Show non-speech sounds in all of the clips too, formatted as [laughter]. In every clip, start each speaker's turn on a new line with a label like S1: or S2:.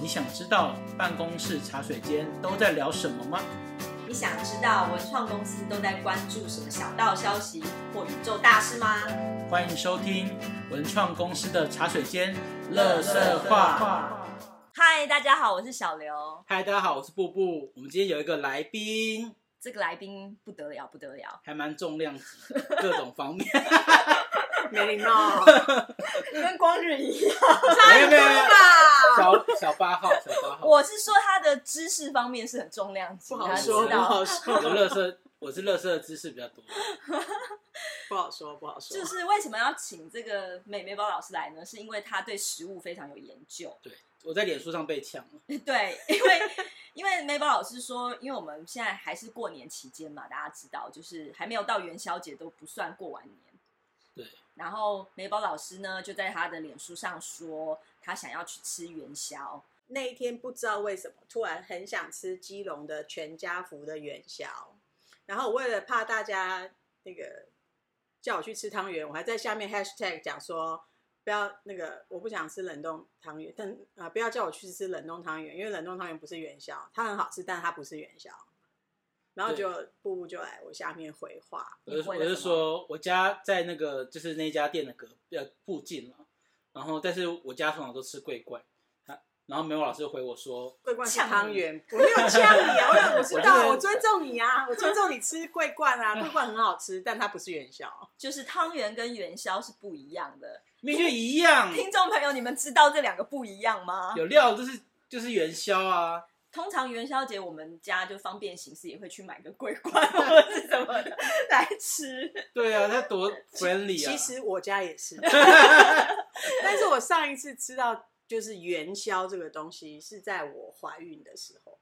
S1: 你想知道办公室茶水间都在聊什么吗？
S2: 你想知道文创公司都在关注什么小道消息或宇宙大事吗？
S1: 欢迎收听文创公司的茶水间乐色话。
S2: 嗨，大家好，我是小刘。
S1: 嗨，大家好，我是布布。我们今天有一个来宾，
S2: 这个来宾不得了，不得了，
S1: 还蛮重量级，各种方面。
S2: 没礼貌，跟光日一样。
S1: 没有没有没有，
S2: 吧
S1: 小小八号，小八号。
S2: [laughs] 我是说他的知识方面是很重量级，
S3: [laughs] 不好
S2: 大家知
S3: 说，不
S2: 道
S3: 好说，
S1: 我的乐色，我是乐色的知识比较多。
S3: 不好说，不好说。
S2: 就是为什么要请这个美美宝老师来呢？是因为他对食物非常有研究。
S1: 对，我在脸书上被呛了。
S2: 对，因为因为美宝老师说，因为我们现在还是过年期间嘛，大家知道，就是还没有到元宵节都不算过完年。
S1: 对。
S2: 然后美宝老师呢，就在他的脸书上说，他想要去吃元宵。
S3: 那一天不知道为什么，突然很想吃基隆的全家福的元宵，然后我为了怕大家那个叫我去吃汤圆，我还在下面 hashtag 讲说。不要那个，我不想吃冷冻汤圆，但啊、呃不要叫我去吃冷冻汤圆，因为冷冻汤圆不是元宵，它很好吃，但它不是元宵。然后
S1: 对
S3: 就布布就来我下面回话，
S1: 我
S2: 你
S1: 就
S2: 回
S1: 我
S2: 了
S1: 就
S2: 什么
S1: 说，我家在那个就是那家店的隔呃附近了，然后但是我家通常都吃桂冠，他然后美华老师回我说，
S3: 桂冠是
S2: 呛你
S3: 汤圆，我没有呛
S1: [laughs]
S3: 你啊，我有我知
S1: 我是
S3: 道，我尊重你啊，我尊重你吃桂
S1: [laughs]
S3: 冠啊，桂冠很好吃，但它不是元宵。
S2: 就是汤圆跟元宵是不一样的。
S1: 明明就一样，
S2: 听众朋友，你们知道这两个不一样吗？
S1: 有料就是就是元宵啊，
S2: 通常元宵节我们家就方便行事，也会去买个桂冠 [laughs] 或者是什么的来吃。
S1: 对啊，他多 friendly 啊，
S3: 呃
S1: [laughs]
S3: 其实我家也是，但是我上一次吃到就是元宵这个东西是在我怀孕的时候。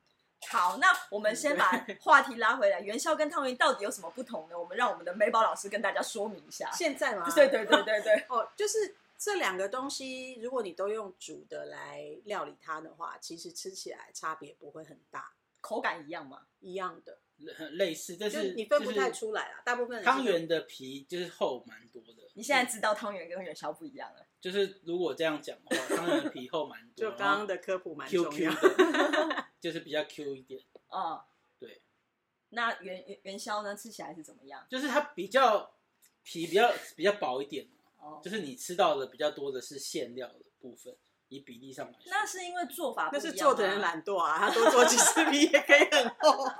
S2: 好，那我们先把话题拉回来，元宵跟汤圆到底有什么不同呢？我们让我们的美宝老师跟大家说明一下。
S3: 现在吗？
S2: 对对对对对，
S3: 哦，就是这两个东西，如果你都用煮的来料理它的话，其实吃起来差别不会很大，
S2: [laughs] 口感一样吗？
S3: 一样的，
S1: 很类似，但
S3: 就是
S1: 是
S3: 你分不太
S1: 就是
S3: 出来啊啦。大部分人是
S1: 汤圆的皮就是厚蛮多的，
S2: 你现在知道汤圆跟元宵不一样了。
S1: 就是如果这样讲的话，汤圆的皮厚蛮多，
S3: [laughs] 就刚刚的科普蛮重
S1: Q
S3: 要
S1: Q 的， [laughs] 就是比较 Q 一点，
S2: 嗯，
S1: 对。
S2: 那元元元宵呢？吃起来是怎么样？
S1: 就是它比较皮比较比较薄一点。
S2: 哦，
S1: 就是你吃到的比较多的是馅料的部分，以比例上来说。
S2: 那是因为做法不一
S3: 那
S2: 样
S3: 是
S2: 吗
S3: 做的人懒惰啊，他多做几十皮 [laughs] 也可以很厚。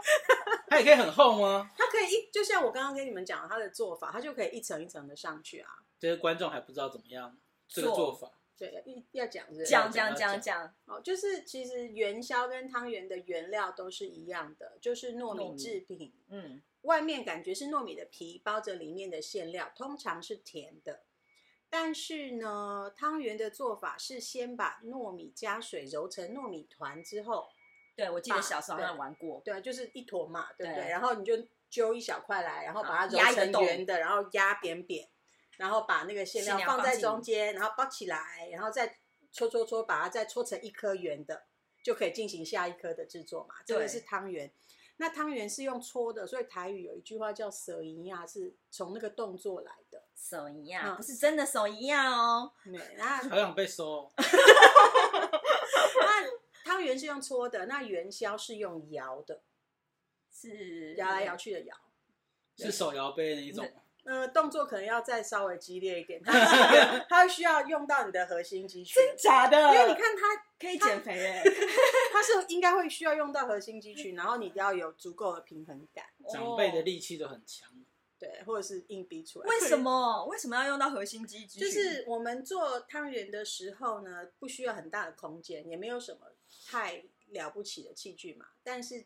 S1: 它也可以很厚吗？
S3: 他可以一，就像我刚刚跟你们讲的他的做法，他就可以一层一层的上去啊。
S1: 这些观众还不知道怎么样这个
S2: 做
S1: 做法。
S3: 对，一要讲是不是
S2: 讲讲讲讲，
S3: 哦，就是其实元宵跟汤圆的原料都是一样的，就是糯
S2: 糯
S3: 米
S2: 米
S3: 制品，
S2: 嗯，
S3: 外面感觉是糯米的皮包着里面的馅料，通常是甜的。但是呢，汤圆的做法是先把糯米加水揉成糯米团之后，
S2: 对，我记得小时候好像玩过，
S3: 对啊，就是一坨嘛，对不对？
S2: 对
S3: 然后你就揪一小块来，然后把它
S2: 啊压
S3: 揉
S2: 一个
S3: 成
S2: 洞
S3: 圆的，然后压扁扁，然后把那个馅料
S2: 馅料
S3: 放
S2: 放
S3: 在
S2: 进
S3: 中间，然后包起来，然后再搓搓搓，把它再搓成一颗圆的，就可以进行下一颗的制作嘛。这
S2: 对
S3: 个是汤圆。那汤圆是用搓的，所以台语有一句话叫“蛇一样”，是从那个动作来的。
S2: 手一样，
S3: 嗯
S2: 不是真的手一样哦。
S3: 对，那
S1: 好想被收哦，
S3: 那汤圆是用搓的，那元宵是用摇
S2: [laughs]
S3: 的，
S2: 是
S3: 摇来摇去的摇。
S1: 是手摇杯那一种吗。
S2: [laughs]
S3: 呃，动作可能要再稍微激烈一点，它需要它需要用到你的核心肌群，
S2: 假的，
S3: 因为你看它
S2: 可以减肥哎，
S3: 它是应该会需要用到核心肌群，然后你要有足够的平衡感，
S1: 长辈的
S2: 力。
S1: 力气都很强， [laughs]
S3: 对，或者是硬
S2: [laughs]
S3: 逼出来。
S2: 为什？么为什么要用到核心肌群？
S3: 就是我们做汤圆的时候呢，不需要很大的空间，也没有什么太了不起的器具嘛。但是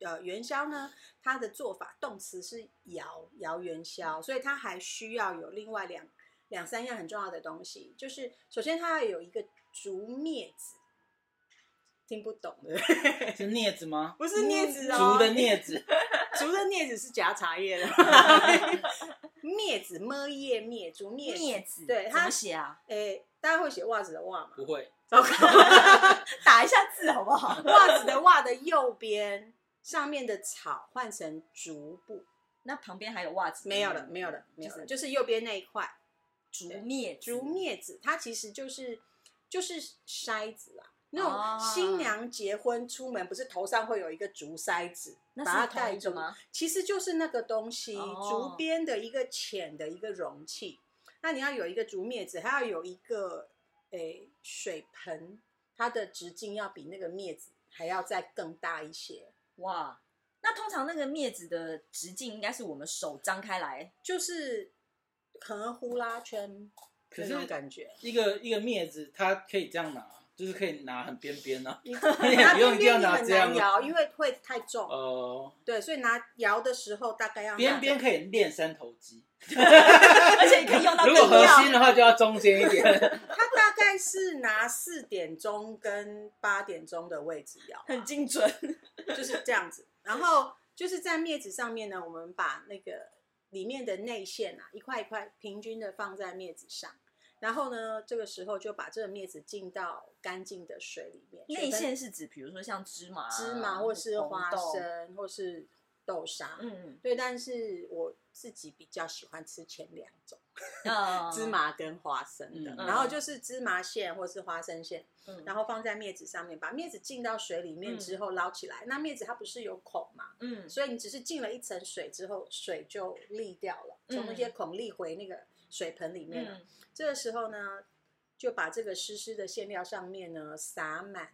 S3: 呃，元宵呢，它的做法动词是摇摇元宵，所以它还需要有另外两两三样很重要的东西，就是首先它要有一个竹篾子，听不懂的， [laughs]
S1: 是镊子吗？
S3: 不是镊子
S2: 啊
S3: 哦，
S1: 竹的镊子，
S3: 竹的镊子是夹茶叶的，
S2: [laughs]
S3: 镊子么叶篾竹镊
S2: 镊子，
S3: 对
S2: 怎么
S3: 它
S2: 写啊？
S3: 诶、大家会写袜子的袜
S1: [laughs]
S3: 吗？
S1: 不会，
S3: 糟糕，
S2: 打一下字好不好？
S3: 袜子的袜的右边上面的草换成竹布，
S2: [laughs] 那旁边还有袜子，嗯
S3: 没有了，没有了，没有了，就是右边那一块
S2: 竹镊子
S3: 竹镊子，它其实就是就是筛子啦，啊那
S2: 哦
S3: 种新娘结婚出门不是头上会有一个竹筛子，
S2: 那
S3: 把它
S2: 是同
S3: 盖
S2: 一个
S3: 住？
S2: 吗？
S3: 其实就是那个东西，
S2: 哦
S3: 竹编的一个浅的一个容器。那你要有一个竹篾子，还要有一个诶水盆，它的直径要比那个篾子还要再更大一些。
S2: 哇，那通常那个镊子的直径应该是我们手张开
S3: [laughs]
S2: 来，
S3: 就是可能呼啦圈
S1: 可
S3: 那
S1: 是
S3: 种感
S1: [laughs]
S3: 觉。
S1: 一个一个镊子，它可以这样拿，就是可以拿很边边啊。
S3: 你
S1: 也
S3: 拿
S1: 不用
S3: 边
S1: 一定要
S3: 边你
S1: 拿
S3: 很
S1: 这样啊
S3: 难
S1: 的
S3: 摇，因为会太重。
S1: 呃，
S3: 对，所以拿摇的时候大概要拿
S1: 边边可以练三头肌，
S2: 而且可以用到
S1: 如果
S2: 更
S3: [laughs]
S1: 核
S2: 料
S1: 心的话就要中间一点。 [laughs]
S3: 他大概是拿四点钟跟八点钟的位置摇，啊
S2: 很精准。
S3: [laughs] 就是这样子。然后就是在镊子上面呢，我们把那个里面的内馅啊，一块一块平均的放在镊子上。然后呢，这个时候就把这个镊子浸到干净的水里面，
S2: 内
S3: 水跟
S2: 馅是指，比如说像芝麻、啊
S3: 芝麻或是花
S2: 红豆，
S3: 生或是豆沙。
S2: 嗯
S3: 对，但是我自己比较喜欢吃前两种，
S2: 嗯，呃
S3: 芝，麻跟花生的。
S1: 嗯
S3: 然后就是芝麻馅或是花生馅，
S2: 嗯
S3: 然后放在镊子上面，把镊子浸到水里面之后捞起来。那镊子它不是有孔嘛，
S2: 嗯
S3: 所以你只是浸了一层水之后，水就沥掉了，从那些孔沥回那个水盆里面了。
S2: 嗯，
S3: 这个时候呢，就把这个湿湿的馅料上面呢撒满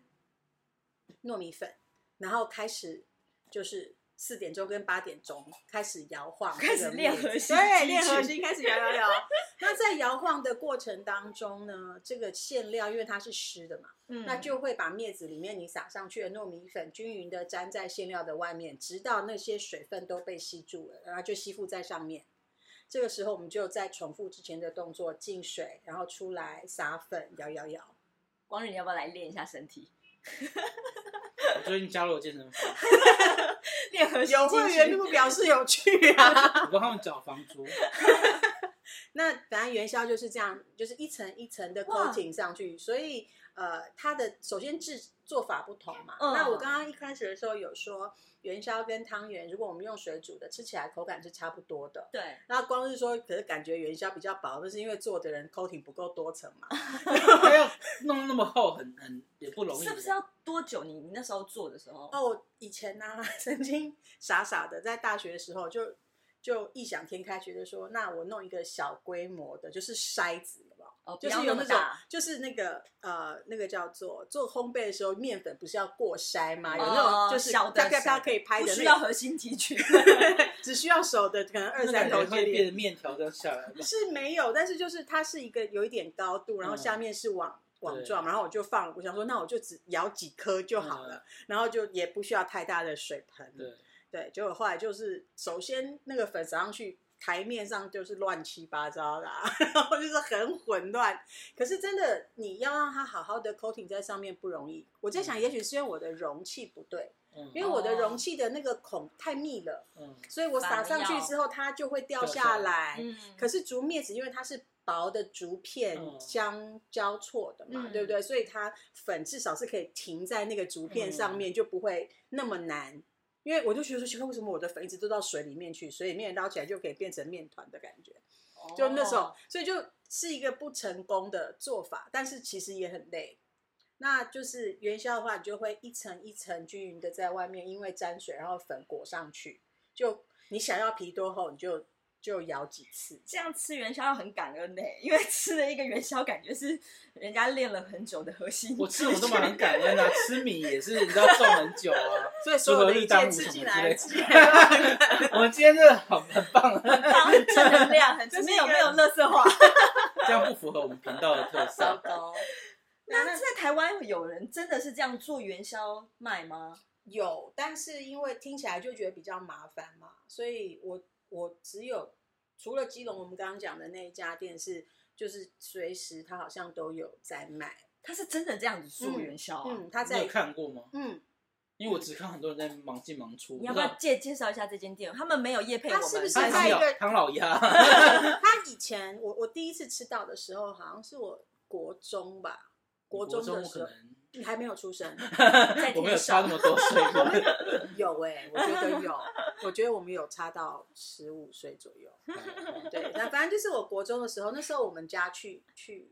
S3: 糯米粉，然后开始就是四点钟跟八点钟开始摇晃这
S2: 开
S3: 个面，
S2: 始练核心
S3: 对，
S2: 肌
S3: 练核
S2: 群
S3: 心，开始摇摇摇。那在摇晃的过程当中呢，这个馅料因为它是湿的嘛，
S2: 嗯
S3: 那就会把面子里面你撒上去的糯米粉均匀的粘在馅料的外面，直到那些水分都被吸住了，然后就吸附在上面。这个时候我们就再重复之前的动作，进水，然后出来撒粉，摇摇摇。
S2: 光仁要不要来练一下身体？
S1: 我最近加入了健身房，
S3: [laughs]
S2: 练核心
S3: 有
S2: 肌
S3: 会员
S2: 群
S3: 不表示有趣啊！
S1: 我帮他们缴房租。
S3: [laughs] 那反正元宵就是这样，就是一层一层的
S2: 哇
S3: coating 上去，所以呃，它的首先制做法不同嘛。
S2: 嗯
S3: 那我刚刚一开始的时候有说，元宵跟汤圆，如果我们用水煮的，吃起来口感是差不多的。
S2: 对，
S3: 那光是说，可是感觉元宵比较薄，那是因为做的人 coating 不够多层嘛。
S1: 他要弄那么厚，很很也不容易。
S2: [laughs]
S1: 啊
S2: 是不是要多久？你你那时候做的时候，
S3: 哦，我以前呢、 [laughs] 曾经傻傻的在大学的时候就就异想天开，觉得说，那我弄一个小规模的，就是筛子，有没有
S2: 哦，不
S3: 就
S2: 要
S3: 是有
S2: 么
S3: 那种
S2: 大，
S3: 就是那个呃，那个叫做做烘焙的时候，面粉不是要过筛吗？有
S2: 哦
S3: 那种就是
S2: 小
S3: 啪
S2: 的
S3: 啪
S2: 小
S3: 啪
S2: 的
S3: 可以拍的
S2: 不
S3: 那个，
S2: 需要核心肌
S3: [laughs]
S2: 群。
S3: 只需要手的，可能二
S1: 那
S3: 三
S1: 感
S3: 头
S1: 觉
S3: 接
S1: 会
S3: 连
S1: 变。成面条这样下来吧？
S3: 是没有，但是就是它是一个有一点高度，然后下面是网、网状，然后我就放，我想说那我就只舀几颗就好了，然后就也不需要太大的水盆。
S1: 对，
S3: 对，结果后来就是首先那个粉撒上去，台面上就是乱七八糟啦、 [laughs] 然后就是很混乱。可是真的你要让它好好的 coating 在上面不容易，我在想也许是因为我的容器不对，
S1: 嗯
S3: 因为我的
S2: 哦
S3: 容器的那个孔太密了，
S1: 嗯，
S3: 所以我撒
S2: 反而
S3: 上去
S2: 要
S3: 之后它就会掉
S1: 掉下
S3: 下来。
S2: 嗯，
S3: 可是竹篾子因为它是薄的竹片
S1: 嗯
S3: 相交错的嘛，
S2: 嗯
S3: 对不对？所以它粉至少是可以停在那个竹片
S2: 嗯
S3: 上面，就不会那么难。因为我就觉得说，奇怪，为什么我的粉一直都到水里面去，水里面捞起来就可以变成面团的感觉？就那种，
S2: 哦
S3: 所以就是一个不成功的做法，但是其实也很累。那就是元宵的话，你就会一层一层均匀的在外面，因为沾水，然后粉裹上去。就你想要皮多厚，你就就摇几次。
S2: 这样吃元宵要很感恩呢、因为吃了一个元宵，感觉是人家练了很久的核心肌群。 [laughs]
S1: 我吃我都蛮感恩的，啊吃米也是你知道种很久啊。
S3: [laughs] 所以所有的一切吃进来，吃进来，
S1: 我们今天真的很很棒，啊
S2: 很正能量，很
S3: 这是
S2: 没
S3: 一
S2: 有
S3: 个
S2: 没有垃圾
S3: 啊
S2: 话。
S1: 这样不符合我们频道的特
S3: 糟
S1: 色。
S3: 糕。
S2: [laughs] 那
S3: 那
S2: 在台湾有人真的是这样做元宵卖吗？
S3: 有，但是因为听起来就觉得比较麻烦嘛，所以我我只有除了基隆我们刚刚讲的那一家店是，就是随时它好像都有在卖。
S2: 他是真的这样子做元宵啊？
S3: 嗯，它
S1: 你有
S3: 在
S1: 看过吗？
S3: [laughs] 嗯，
S1: 因为我只看很多人在忙进忙出，
S2: 你要
S1: 不
S2: 不
S1: 知
S2: 要
S1: 道
S2: 介介绍一下这间店？他们没有业配我们，
S3: 他是不是
S1: 他
S2: 但
S3: 在
S1: 是
S3: 一
S1: 有
S3: 个
S1: 唐老鸭，
S3: 它以前我我第一次吃到的时候，好像是我国中吧，国中的
S1: 我可
S3: 时候
S1: 能
S3: 你还没有出生，
S2: 在
S1: 我没有
S2: 天
S1: 差那
S2: 上
S1: 么多岁过，
S3: [laughs] 有哎、我觉得有，我觉得我们有差到十
S1: [laughs]
S3: 五岁左右。对，那反正就是我国中的时候，那时候我们家去去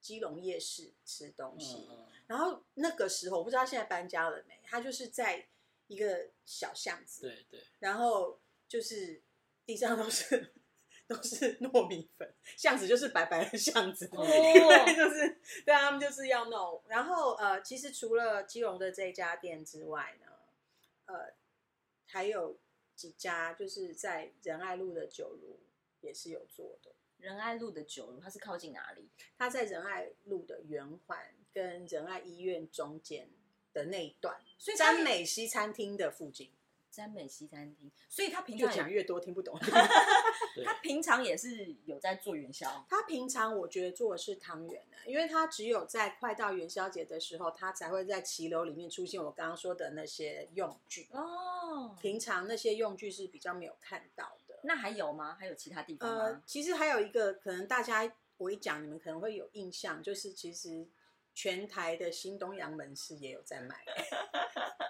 S3: 基隆夜市吃东西。
S1: 嗯嗯
S3: 然后那个时候我不知道现在搬家了没，它就是在一个小巷子，
S1: 对对，
S3: 然后就是地上都是 [laughs] 都是糯米粉，巷子就是白白的巷子，
S1: 哦
S3: 因为就是对啊他们就是要弄。然后呃，其实除了基隆的这一家店之外呢，呃，还有几家就是在仁爱路的九如也是有做的。
S2: 仁爱路的九如，它是靠近哪里？
S3: 它在仁爱路的圆环跟仁爱医院中间的那一段，
S2: 所以它
S3: 詹美西餐厅的附近。
S2: 詹美西餐厅，所以他平
S3: 越
S2: 常
S3: 讲
S2: 也
S3: 越多，听不懂。
S1: 对
S2: 他平常也是有在做元宵，
S3: [laughs] 他平常我觉得做的是汤圆的，因为他只有在快到元宵节的时候，他才会在骑楼里面出现我刚刚说的那些用具。
S2: 哦，
S3: 平常那些用具是比较没有看到的。
S2: 那还有吗？还有其他地方
S3: 呃
S2: 吗，？
S3: 其实还有一个可能大家我一讲你们可能会有印象，就是其实全台的新东阳门市也有在 [laughs] 卖，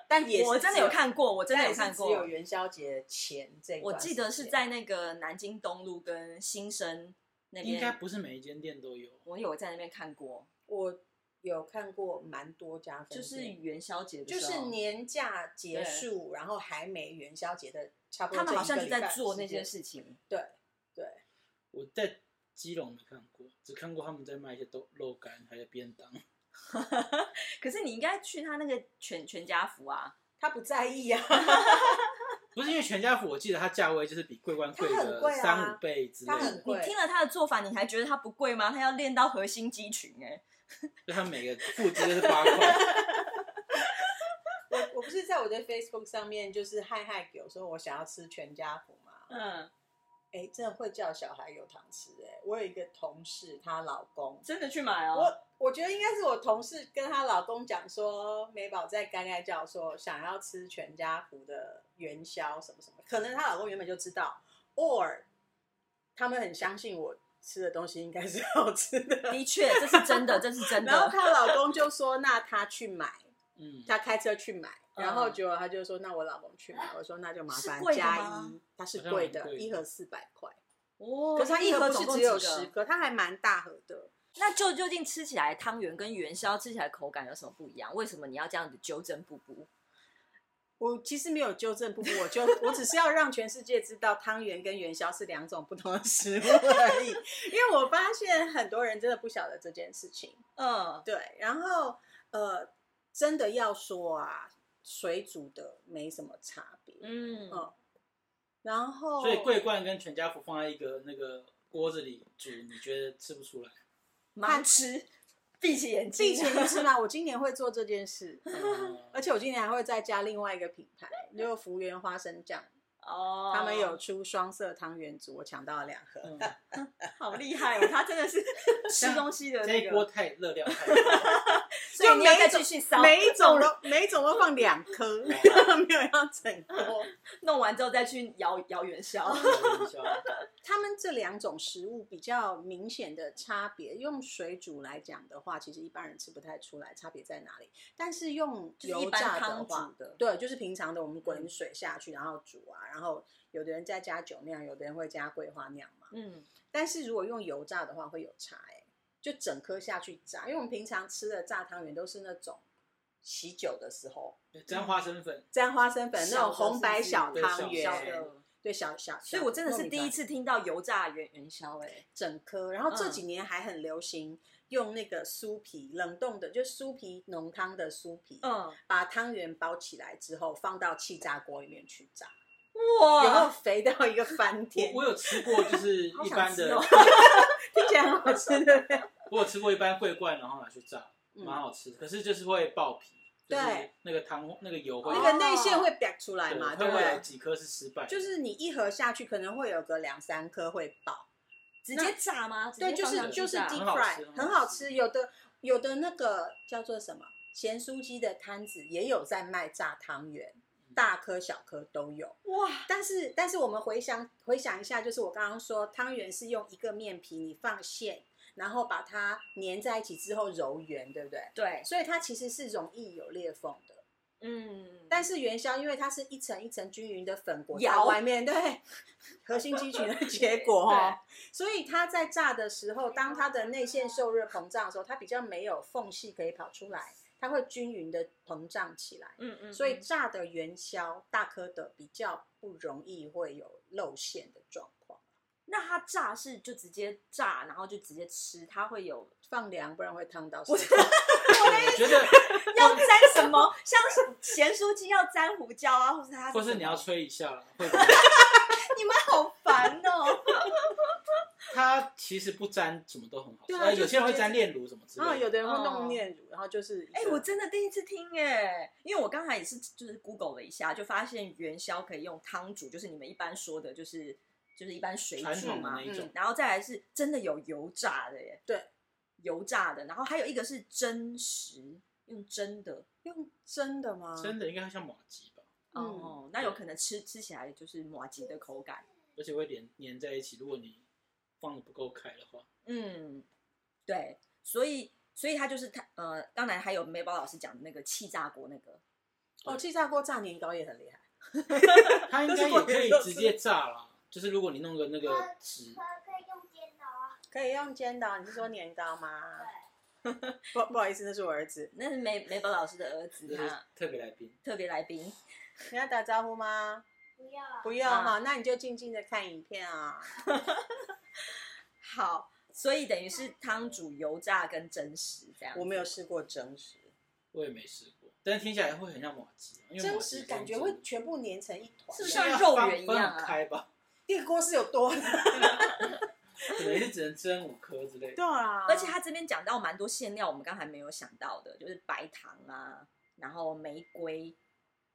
S3: 但也是
S2: 我真的有看过，我
S3: 只有，
S2: 真的有
S3: 但
S2: 看
S3: 也是只有
S2: 过。
S3: 元宵节前这一
S2: 我
S3: 段
S2: 记得
S3: 时
S2: 是
S3: 间
S2: 在那个南京东路跟新生那
S1: 应该
S2: 边，
S1: 不是每一间店都有。
S2: 我有在那边看过，
S3: 我有看过蛮多家分店，
S2: 就是元宵节的
S3: 就
S2: 时候，
S3: 是年假结束，然后还没元宵节的差不多
S2: 他
S3: 这一个
S2: 们
S3: 礼
S2: 好像
S3: 拜时间，
S2: 就在做那些事情。
S3: 对对，
S1: 我在基隆没看过，只看过他们在卖一些豆肉干还有便当。
S2: 可是你应该去他那个全全家福啊，
S3: 他不在意啊，
S1: 不是因为全家福，我记得它价位就是比桂冠贵
S3: 它很
S1: 的
S3: 贵啊
S1: 三五倍之类
S3: 它
S1: 的
S3: 很，
S2: 你
S3: 贵。
S2: 听了他的做法，你还觉得他不贵吗？他要练到核心肌群哎、
S1: 就它每个付资就是八块。
S3: 我我不是在我的 Facebook 上面就是嗨嗨狗说我想要吃全家福嘛，
S2: 嗯，
S3: 哎、真的会叫小孩有糖吃哎、我有一个同事，她老公，
S2: 真的去买哦。
S3: 我我觉得应该是我同事跟她老公讲说，美宝在干干叫说想要吃全家福的元宵什么什么，可能她老公原本就知道，or 他们很相信我吃的东西应该是好吃的，
S2: 的确，这是真的，这是真
S3: 然后
S2: 的。
S3: 她老公就说那她去买，
S1: 嗯，
S3: 她开车去买，
S2: 嗯
S3: 然后结果她就说那我老公去买，我说那就麻烦
S2: 是贵的
S3: 加
S2: 吗
S3: 一，它是
S1: 好像
S3: 贵
S1: 很
S3: 的，
S1: 贵
S3: 一盒四百块，
S2: 哦
S3: 可是它一盒不
S2: 总
S3: 是
S2: 共
S3: 只有
S2: 几个
S3: 十颗，它还蛮大盒的。
S2: 那就究竟吃起来汤圆跟元宵吃起来口感有什么不一样？为什么你要这样子纠正步步？
S3: 我其实没有纠正不不，我就我只是要让全世界知道汤圆跟元宵是两种不同的食物 [laughs] 而已，因为我发现很多人真的不晓得这件事情。
S2: 嗯，
S3: 对，然后呃，真的要说啊，水煮的没什么差别，
S2: 嗯
S3: 嗯，然后
S1: 所以桂冠跟全家福放在一个那个锅子里煮，你觉得吃不出
S3: [laughs]
S1: 来？
S2: 慢吃，闭起眼睛，
S3: 并且
S1: [laughs]
S3: 你知道，我今年会做这件事，
S1: 嗯
S3: 而且我今年还会再加另外一个品牌，就是福源花生酱，
S2: 哦，
S3: 他们有出双色汤圆组，我抢到了两盒。
S1: 嗯
S2: 好厉害哦，他真的是吃东西的
S1: 这
S2: 那
S1: 一锅
S2: 个，
S1: 太热量太高，
S2: 所以你要
S3: 就每
S2: 再
S3: 一种
S2: 继续烧，
S3: 每一种都每一种都放两颗， [laughs] 没有要整
S2: 嗯
S3: 锅。
S2: 弄完之后再去摇摇元宵。
S3: [laughs] 他们这两种食物比较明显的差别，用水煮来讲的话，其实一般人吃不太出来差别在哪里。但是用
S2: 就是一
S3: 油
S2: 般
S3: 炸
S2: 汤煮
S3: 的
S2: 嗯
S3: 话，
S2: 的
S3: 对，就是平常的我们滚水下去，然后煮啊，然后有的人再加酒酿，有的人会加桂花酿嘛。
S2: 嗯，
S3: 但是如果用油炸的话，会有差哎、就整颗下去炸，因为我们平常吃的炸汤圆都是那种喜酒的时候。
S1: 沾花生粉，
S3: 沾花生粉那
S2: 小
S3: 种
S2: 的
S3: 红白小
S1: 是
S3: 汤
S1: 不是对
S3: 圆，
S2: 小
S1: 小
S2: 的，
S3: 对小小，
S2: 所以我真的是第一
S3: 次
S2: 次听到油炸元元宵，哎，
S3: 整颗，然后这
S2: 嗯
S3: 几年还很流行用那个酥皮冷冻的，就酥皮浓汤的酥皮，
S2: 嗯，
S3: 把汤圆包起来之后放到气炸锅里面去炸，然后
S2: 哇，
S3: 肥到一个翻天
S1: 我，我有吃过，
S3: [laughs]
S1: 就是
S2: 好
S1: 一
S2: 想
S1: 般
S2: 吃
S1: 的
S2: 哦，
S3: 听起来很好吃的。
S1: [laughs] 我有吃过一般桂冠，然后拿去炸，
S3: 嗯
S1: 蛮好吃，可是就是会爆皮，就是
S3: 对哦
S1: 那个汤那个油会
S3: 那个内馅会瘪出来
S1: 对
S3: 嘛，
S1: 会
S3: 对不
S1: 会有
S3: 对？
S1: 几颗是失败的，
S3: 就是你一盒下去，可能会有个两三颗会爆。
S2: 直接炸吗？
S3: 对，就
S2: 直接放
S3: 是
S2: 上去
S3: 就是
S2: 炸
S3: deep
S1: 很好吃很
S3: fry，
S1: 好吃
S3: 很好吃。有的有的那个叫做什么咸酥鸡的摊子也有在卖炸汤圆，大颗小颗都有。
S2: 哇，
S3: 但是但是我们回想回想一下，就是我刚刚说汤圆是用一个面皮你放馅，然后把它粘在一起之后揉圆，对不对？
S2: 对，
S3: 所以它其实是容易有裂缝的。
S2: 嗯，
S3: 但是元宵因为它是一层一层均匀的粉裹在
S2: 摇
S3: 外面，对，核心肌群 [laughs] 的结果哦，所以它在炸的时候，当它的内馅受热膨胀的时候，它比较没有缝隙可以跑出来，它会均匀的膨胀起来。
S2: 嗯嗯，
S3: 所以
S2: 嗯
S3: 炸的元宵大颗的比较不容易会有露馅的状况，
S2: 那它炸是就直接炸，然后就直接吃，它会 [laughs] 有
S3: 放凉不然会烫到手。
S2: 不是
S1: [laughs] 我觉得，
S2: 要沾什么？像是咸酥鸡要沾胡椒啊，或是它
S1: 或是
S2: 什
S1: 你要
S2: 么
S1: 吹一下啦，会
S2: 你们好烦
S1: [laughs]
S2: 哦。
S1: 它其实不沾什么都很好吃，
S3: 对啊
S1: 呃
S3: 就
S1: 有些人会
S3: 直接
S1: 沾炼乳什么之
S3: 然后
S1: 类的。
S3: 有的人会
S2: 哦
S3: 弄炼乳，然后就是一
S2: 哎、
S3: 个
S2: 我真的第一次听哎，因为我刚才也是就是 Google 了一下，就发现元宵可以用汤煮，就是你们一般说的，就是就是一般水
S1: 传
S2: 煮
S1: 统的
S2: 嘛
S1: 那。一种
S2: 然后再来是真的有油炸的耶，
S3: 对，
S2: 油炸的。然后还有一个是真实，用蒸的。
S3: 用真的吗？
S1: 真的应该会像马吉吧，
S3: 嗯
S2: 哦，那有可能吃吃起来就是麻吉的口感。
S1: 而且会连粘在一起。如果你放的不够开的话，
S2: 嗯，对，所以所以它就是它呃，当然还有梅宝老师讲的那个气炸锅那个，
S3: 哦，气炸锅炸年糕也很厉害，
S1: 它应该也可以直接炸啦。就是如果你弄个那个纸，
S4: 可以用煎的啊，
S3: 可以用煎的哦。你是说年糕吗？不 [laughs] 不好意思，那是我儿子。
S2: 那是梅梅宝老师的儿子
S1: 就是
S2: 他
S1: 特别来宾，
S2: 特别来宾。
S3: 你要打招呼吗？
S4: 不要啊，
S3: 不用哈、那你就静静的看影片啊。
S2: 好，所以等于是汤煮、油炸跟真实这样。
S3: 我没有试过真实，
S1: 我也没试过，但是听起来会很像马吉，啊因为麻
S3: 真
S1: 吉
S3: 实
S1: 是
S3: 感觉
S1: 真
S3: 会
S1: 的
S3: 全部粘成一团。
S2: 是不是
S1: 要
S2: 像肉
S1: 翻
S2: 圆一样啊
S1: 翻很开吧，
S3: 电锅是有 [laughs] 多？
S1: 可能是只能蒸五颗之类的。
S3: 对啊，
S2: 而且他这边讲到蛮多馅料，我们刚才没有想到的，就是白糖啊，然后玫瑰、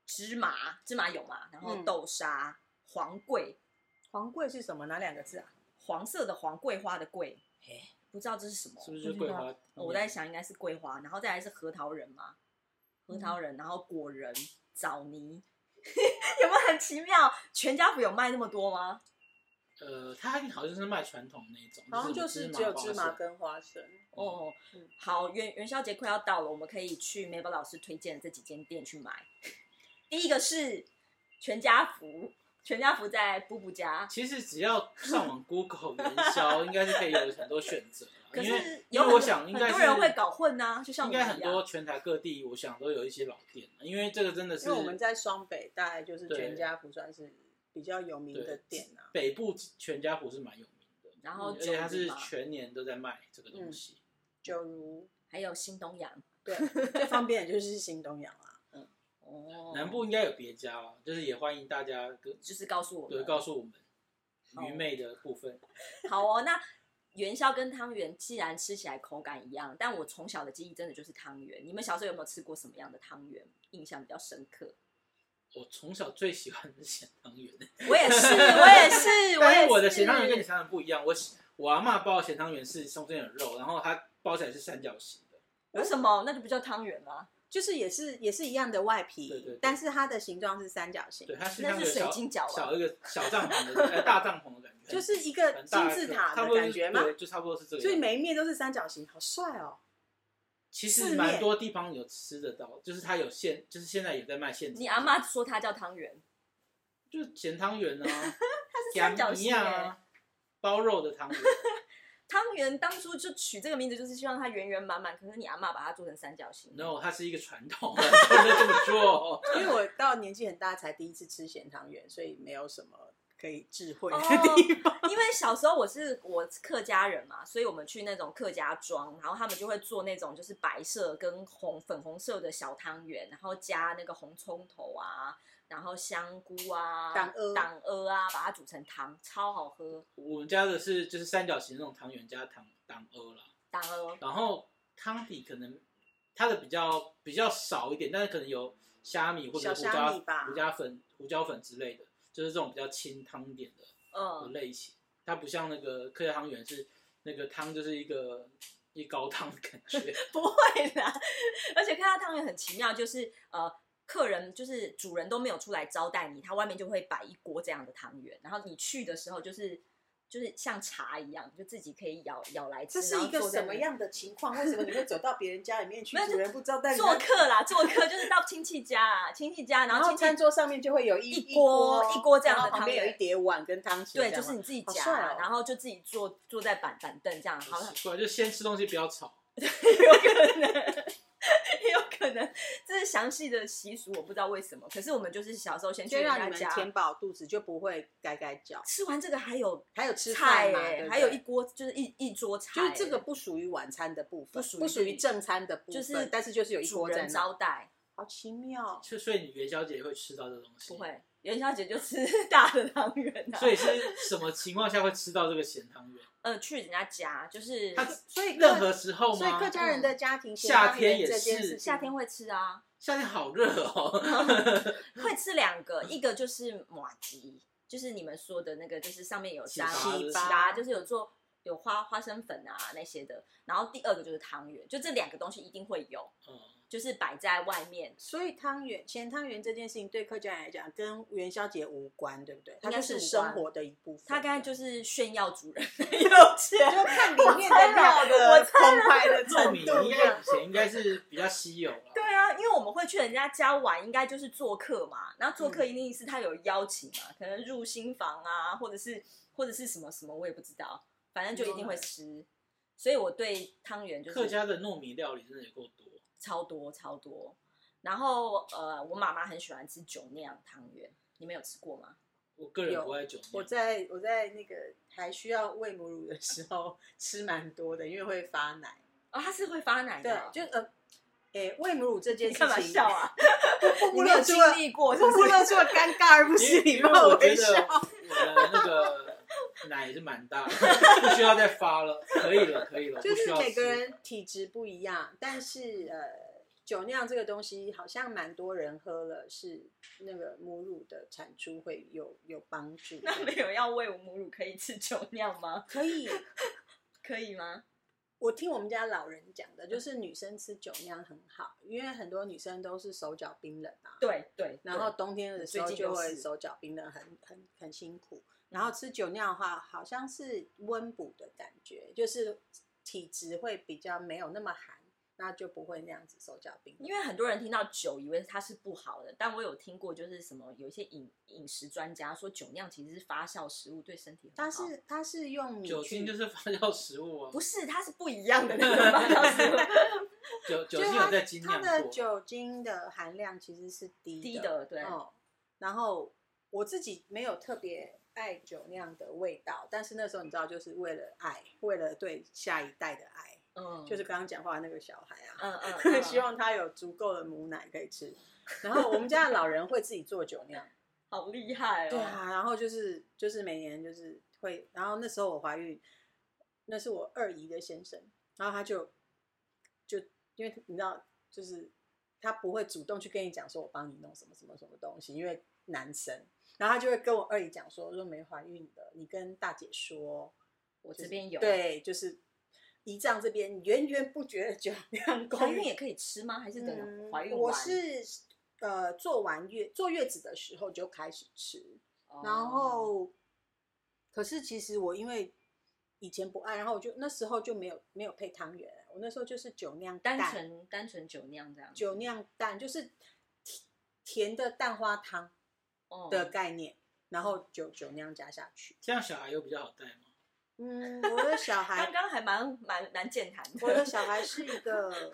S2: 芝麻，芝麻有嘛，然后
S3: 嗯
S2: 豆沙、黄桂，
S3: 黄桂是什么？哪两个字啊？
S2: 黄色的黄桂花的桂，
S3: 诶
S2: 不知道这是什么，
S1: 是不是就是桂花？
S2: 我在想应该是桂花，然后再来是核桃仁嘛，核
S3: 嗯
S2: 桃仁，然后果仁、枣泥， [laughs] 有没有很奇妙？全家福有卖那么多吗？
S1: 呃，它好像是卖传统那一种，
S3: 好像就是
S1: 什么
S3: 只有芝麻
S1: 花生
S3: 跟花生。
S2: 哦
S3: 嗯，
S2: 好，元元宵节快要到了，我们可以去梅宝老师推荐的这几间店去买。第一个是全家福，全家福在布布家，
S1: 其实只要上网 Google 元宵，应该是可以有很多选择啦。
S2: 可
S1: 因为
S2: 是
S1: 因
S2: 有
S1: 为
S2: 很
S1: 我
S2: 多
S1: 想应该
S2: 很
S1: 是
S2: 多人会搞混呐、就像
S1: 应该
S2: 我们
S1: 很
S2: 一样
S1: 多。全台各地，我想都有一些老店，啊因为这个真的是
S3: 因为我们在双北，大概就是
S1: 对
S3: 全家福算是比较有名的
S1: 对
S3: 店啊。
S1: 北部全家福是蛮有名的，嗯
S2: 然后
S1: 而且它
S2: 九如
S1: 是
S2: 嘛嗯
S1: 全年都在卖这个东西。
S3: 九如
S2: 还有新东阳
S3: 对，最方便的就是新东阳啊。
S2: 哦，
S1: 南部应该有别家啦，就是也欢迎大家跟
S2: 就是告诉我哦
S1: 对
S2: 们，
S1: 告诉我们
S2: 好
S1: 愚昧的部分。
S2: 好哦，那元宵跟汤圆既然吃起来口感一样，但我从小的记忆真的就是汤圆。你们小时候有没有吃过什么样的汤圆？印象比较深刻。
S1: 我从小最喜欢的是咸汤圆，
S2: 我也是，我也是，
S1: [laughs] 但
S2: 也
S1: 是
S2: 是。
S1: 我的咸汤圆跟你想的不一样。我喜我阿妈包的咸汤圆是中间有肉，然后它包起来是三角形的。
S2: 为什么？那就不叫汤圆啦，
S3: 就是也是也是一样的外皮，
S1: 对对对
S3: 但是它的形状是三角形
S1: 对，，它是
S2: 那
S1: 像
S2: 是
S1: 个小
S2: 水晶饺啊吧
S1: 小一个小帐篷的，呃，大帐篷的感觉，
S3: 就是一
S1: [laughs]
S3: 个
S1: 很大
S3: 金
S1: 一个
S3: 字
S1: 差
S3: 塔的
S1: 不多
S3: 感觉吗？
S1: 对，就差不多是这个样子。
S3: 所以每一面都是三角形，好帅哦！
S1: 其
S3: 四
S1: 实
S3: 面
S1: 蛮多地方有吃得到，就是它有现，就是现在也在卖现成。
S2: 你阿妈说它叫汤圆，
S1: 就是咸汤圆啊，
S2: [laughs] 它是
S1: 咸
S2: 三角
S1: 一
S2: 形、
S1: 样
S2: 欸。
S1: 啊，包肉的汤圆。 [laughs]
S2: 汤圆当初就取这个名字，就是希望它圆圆满满。可是你阿妈把它做成三角形，
S1: no，它是一个传统，真的 [laughs] 这么做。
S3: 因为我到年纪很大才第一次吃咸汤圆，所以没有什么可以智慧的
S2: 哦
S3: 地方。
S2: 因为小时候我是 [laughs] 我是客家人嘛，所以我们去那种客家庄，然后他们就会做那种就是白色跟红粉红色的小汤圆，然后加那个红葱头啊，然后香菇啊、
S3: 党鹅
S2: 党鹅啊，把它煮成汤，超好喝。
S1: 我们家的是就是三角形那种汤圆加糖糖鹅啦，
S2: 党鹅
S1: 然后汤底可能它的比较比较少一点，但是可能有虾米或者胡
S3: 小虾米
S1: 椒
S3: 吧
S1: 胡椒粉、胡椒粉之类的，就是这种比较清汤一点的的
S2: 嗯，
S1: 类型。它不像那个客家汤圆是那个汤就是一个一高汤的感觉，
S3: [laughs]
S2: [laughs] 不会啦。而且客家汤圆很奇妙，就是呃，客人就是主人都没有出来招待你，他外面就会摆一锅这样的汤圆，然后你去的时候就是。就是像茶一样，就自己可以舀舀来吃。
S3: 这是
S2: 然后
S3: 一个
S2: 坐在
S3: 什
S2: 那
S3: 么
S2: 边
S3: 样的情况？为什么你会走到别人家里面去
S2: 没，有
S3: 主人不知道在
S2: 做客啦，做客就是到亲戚戚家啊，亲戚家，
S3: 然
S2: 后
S3: 后
S2: 亲
S3: 餐
S2: 戚
S3: 桌上面就会有一
S2: 一
S3: 锅
S2: 锅一锅这样
S3: 然
S2: 的
S3: 后旁
S2: 汤
S3: 边有
S2: 圆
S3: 一叠碗跟汤匙这
S2: 对，
S3: 样吗，
S2: 就是你自己
S3: 好
S2: 夹，
S3: 帅哦
S2: 然后就自己坐坐在板板凳这样，好像
S1: 奇怪，就先吃东西不要吵。
S2: 有可能，也 [laughs] 有可能，这是详细的习俗，我不知道为什么。可是我们就是小时候先去
S3: 就
S2: 人
S3: 让
S2: 家
S3: 你们
S2: 家，
S3: 填饱肚子，就不会该该叫。
S2: 吃完这个还有
S3: 还有吃
S2: 菜
S3: 饭嘛，
S2: 耶、
S3: 对不
S2: 还有
S3: 对
S2: 一锅就是一一桌菜、
S3: 就是这个不属于晚餐的部分，
S2: 不属于
S3: 不属于正餐的部
S2: 就
S3: 分，
S2: 是
S3: 但是就是有一
S2: 主
S3: 锅在
S2: 人
S3: 那，
S2: 招待，
S3: 好奇妙。
S1: 就所以你元宵节会吃到这东西？
S2: 不。会。元宵节就吃 [laughs] 大的汤圆啊，
S1: 所以是什么情况下会吃到这个咸汤
S3: [laughs]
S1: 圆？
S2: 呃去人家家就是
S1: 它
S3: 所以
S1: 任
S3: 客
S1: 何时候
S3: 所以
S1: 吗
S3: 客？家人的家庭咸
S1: 夏
S3: 汤
S1: 天
S3: 圆
S1: 也
S3: 这件
S1: 是
S3: 事情
S2: 夏天会吃啊，
S1: 夏天好热哦。
S3: [laughs]
S2: 会吃两个，一个就是马吉，就是你们说的那个，就是上面有
S1: 起
S2: 扎
S1: 司
S2: 起
S1: 吧
S2: 司啊，就是有做有花花生粉啊那些的。然后第二个就是汤圆，就这两个东西一定会有，
S1: 嗯
S2: 就是摆在外面。
S3: 所以汤圆咸汤圆这件事情对客家人来讲跟元宵节无关，对不对？它
S2: 应该
S3: 就是是
S2: 无关
S3: 生活的一部分。
S2: 他刚才就是是炫耀主人
S3: [laughs]
S2: 有钱，
S3: 就看里面的
S2: 猜了
S3: 料
S2: 我
S3: 的澎湃的
S1: 糯
S3: 程
S1: 米
S3: 度
S1: 应
S3: 这
S1: 该
S3: 样
S1: 以。前应该是比较稀有了。
S2: 对啊，因为我们会去人家家玩，应该就是做客嘛。然后做客一定是他有邀请嘛，可能入新房啊，或者是或者是什么什么，我也不知道，反正就一定会吃。所以我对汤圆就是
S1: 客家的糯米料理真的也够多。
S2: 超多超多。然后呃，我妈妈很喜欢吃酒酿汤圆，你们有吃过吗？
S1: 我个人
S3: 有
S1: 不爱酒酿，
S3: 我在我在那个还需要喂母乳的时候吃蛮多的，因为会发奶。
S2: 哦，它是会发奶
S3: 对
S2: 的哦，，
S3: 就呃，诶，喂母乳这件
S2: 你
S3: 事
S2: 干嘛
S3: 情
S2: 笑啊？
S3: 不
S2: 你
S3: 不
S2: 没有
S3: 露
S2: 经
S3: 出了
S2: 历过是
S3: 不
S2: 不
S3: 不
S2: 是？
S3: 露出了尴尬而不
S1: 因为
S3: 失礼
S1: 因为
S3: 貌
S1: 我
S3: 的
S1: 觉
S3: 微
S1: 得
S3: 笑。
S1: 我的那
S3: [laughs]
S1: 个奶也是蛮大的，不需要再发了，可以了，可以了，
S3: 就
S1: 不需
S3: 是
S1: 要
S3: 每个
S1: 吃。
S3: 人体质不一样，但是呃，酒酿这个东西好像蛮多人喝了，是那个母乳的产出会有有帮助。
S2: [laughs] 那没有要喂母乳可以吃酒酿吗？
S3: 可以，
S2: 可以吗？
S3: 我听我们家老人讲的，就是女生吃酒酿很好，因为很多女生都是手脚冰冷啊，
S2: 对对，
S3: 然后冬天的时候
S2: 最近
S3: 就
S2: 就是
S3: 会手脚冰冷，很很很辛苦。然后吃酒酿的话，好像是温补的感觉，就是体质会比较没有那么寒，那就不会那样子手脚冰冷。
S2: 因为很多人听到酒以为它是不好的，但我有听过就是什么有一些饮饮食专家说酒酿其实是发酵食物，对身体很
S3: 它
S2: 好。
S3: 是它是用米
S1: 酒
S3: 去
S1: 精就是发酵食物啊
S2: 不，是它是不一样的那种发酵食物？
S1: 酒酒
S3: 就
S1: 精
S3: 是它
S1: 有在精
S3: 它
S1: 酿
S3: 的
S1: 过。
S3: 酒精的含量其实是
S2: [laughs]
S3: 低
S2: 低的对
S3: 哦。然后我自己没有特别爱酒酿的味道，但是那时候你知道，就是为了爱，为了对下一代的爱，
S2: 嗯，
S3: 就是刚刚讲话那个小孩啊，
S2: 嗯嗯，嗯
S3: [laughs] 希望他有足够的母奶可以吃。然后我们家的老人会自己做酒酿，
S2: 好厉害哦！
S3: 对啊，然后就是就是每年就是会，然后那时候我怀孕，那是我二姨的先生，然后他就就因为你知道，就是他不会主动去跟你讲说我帮你弄什么什么什么东西，因为男生，然后他就会跟我二姨讲说，如果没怀孕的，你跟大姐说，
S2: 我
S3: 就
S2: 这
S3: 是
S2: 边有
S3: 对，就是胰脏这边源源不绝的酒量供
S2: 怀
S3: 应
S2: 孕也可以吃吗？还是等怀孕完？
S3: 嗯我是呃做完月坐月子的时候就开始吃，
S2: 哦，
S3: 然后，可是其实我因为以前不爱，然后我就那时候就没有没有配汤圆，我那时候就是酒酿蛋
S2: 单，纯单纯酒酿这样子
S3: 酒酿蛋就是甜甜的蛋花汤
S2: 哦
S3: 的概念，然后酒酒酿加下去。
S1: 这样小孩又比较好带嘛。
S3: 嗯，我的小
S2: 刚 [laughs]
S3: 孩，
S2: 刚还蛮蛮蛮健谈
S3: 我的
S2: 的，
S3: 小孩是一
S2: [laughs]
S3: 个，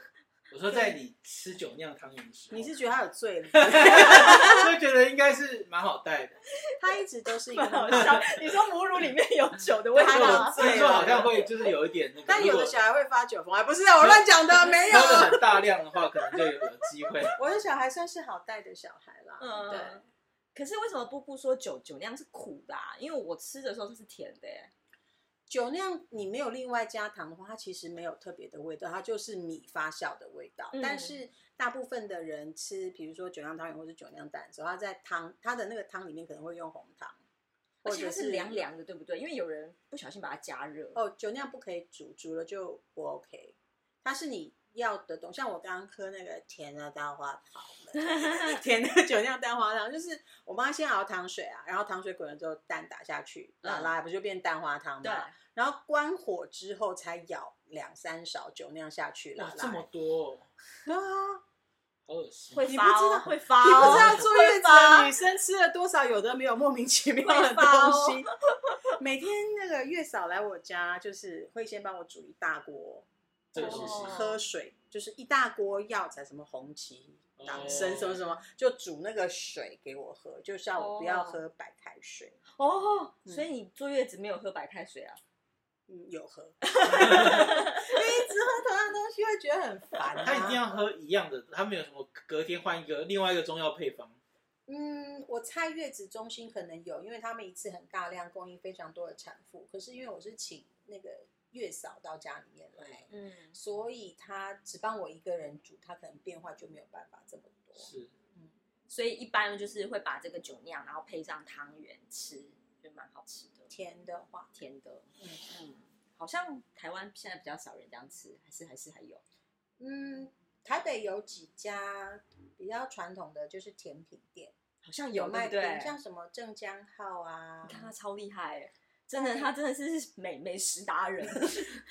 S1: 我说在你吃酒酿汤圆的时候，
S3: 你是觉得他
S2: [laughs]
S3: 有罪了？
S1: 会觉得应该是蛮好带的，
S3: 他一直都是一个
S2: 蛮好
S3: 很 [laughs]
S2: 笑。你说母乳里面有酒的味
S3: 太
S1: 听
S3: 对
S2: 道
S3: 好
S2: 吗
S1: 说
S3: 醉了
S1: 听说好像会就是有一点那个，
S3: 啊但有的
S1: 如果
S3: 小孩会发酒疯，哎，不是啊，我乱讲
S1: [laughs]
S3: 的，没有啊
S1: 喝。的很大量的话，可能就有有机
S3: [laughs]
S1: 会。
S3: 我的小孩算是好带的小孩啦，
S2: 嗯
S3: 对，
S2: 可是为什么布布说酒酒酿是苦的啊？因为我吃的时候它是甜的耶。
S3: 酒酿你没有另外加糖的话，它其实没有特别的味道，它就是米发酵的味道。
S2: 嗯
S3: 但是大部分的人吃，比如说酒酿汤圆或者酒酿蛋的时候，它在汤它的那个汤里面可能会用红糖，
S2: 而
S3: 或
S2: 且它
S3: 者
S2: 是凉。凉的，对不对？因为有人不小心把它加热，
S3: 哦，酒酿不可以煮，煮了就不 OK。它是你要的东西，像我刚刚喝那个甜的蛋花糖的， [laughs] 甜的酒酿蛋花汤，就是我妈先熬糖水啊，然后糖水滚了之后蛋打下去，拉
S2: 嗯
S3: 拉不就变蛋花汤
S2: 对
S3: 吗？，然后关火之后才舀两三勺酒酿下去
S1: 哇
S3: 啦，。
S1: 这么多哦，
S3: 对啊，
S1: 好恶心。
S2: 会
S3: 你
S2: 发
S3: 不知
S2: 哦
S3: 道，
S2: 会发哦，
S3: 你不知 [laughs] 道坐月
S2: 会
S3: 子
S2: 发
S3: 的女生吃了多少有的没有莫名其妙的
S2: 会发
S3: 东
S2: 哦
S3: 西。 [laughs] 每天那个月嫂来我家，就是会先帮我煮一大锅，
S1: 这
S3: 就
S1: 个
S3: 是
S1: 是事实
S3: 喝水，就是一大锅药材，什么红芪、
S1: 哦
S3: 党参什么什么，就煮那个水给我喝，就叫我不要
S2: 哦
S3: 喝白开水。
S2: 哦，
S3: 嗯
S2: 所以你坐月子没有喝白开水啊？
S3: 嗯，有喝， [laughs] 因为一直喝同样的东西会觉得很烦、啊。
S1: 他一定要喝一样的，他没有什么隔天换一个另外一个中药配方。
S3: 嗯，我猜月子中心可能有，因为他们一次很大量供应非常多的产妇。可是因为我是请那个月嫂到家里面来，
S2: 嗯，
S3: 所以他只帮我一个人煮，他可能变化就没有办法这么多。
S1: 是，
S2: 所以一般就是会把这个酒酿，然后配上汤圆吃，就蛮好吃的，
S3: 甜的话，
S2: 甜的。
S3: 嗯
S2: 嗯，好像台湾现在比较少人这样吃，还是还是还有。
S3: 嗯，台北有几家比较传统的就是甜品店，
S2: 好像有
S3: 卖
S2: 哦对不
S3: 冰，
S2: 对？
S3: 哦像什么正江号啊
S2: 你、看他超厉害欸，真的，他真的是美美食达人。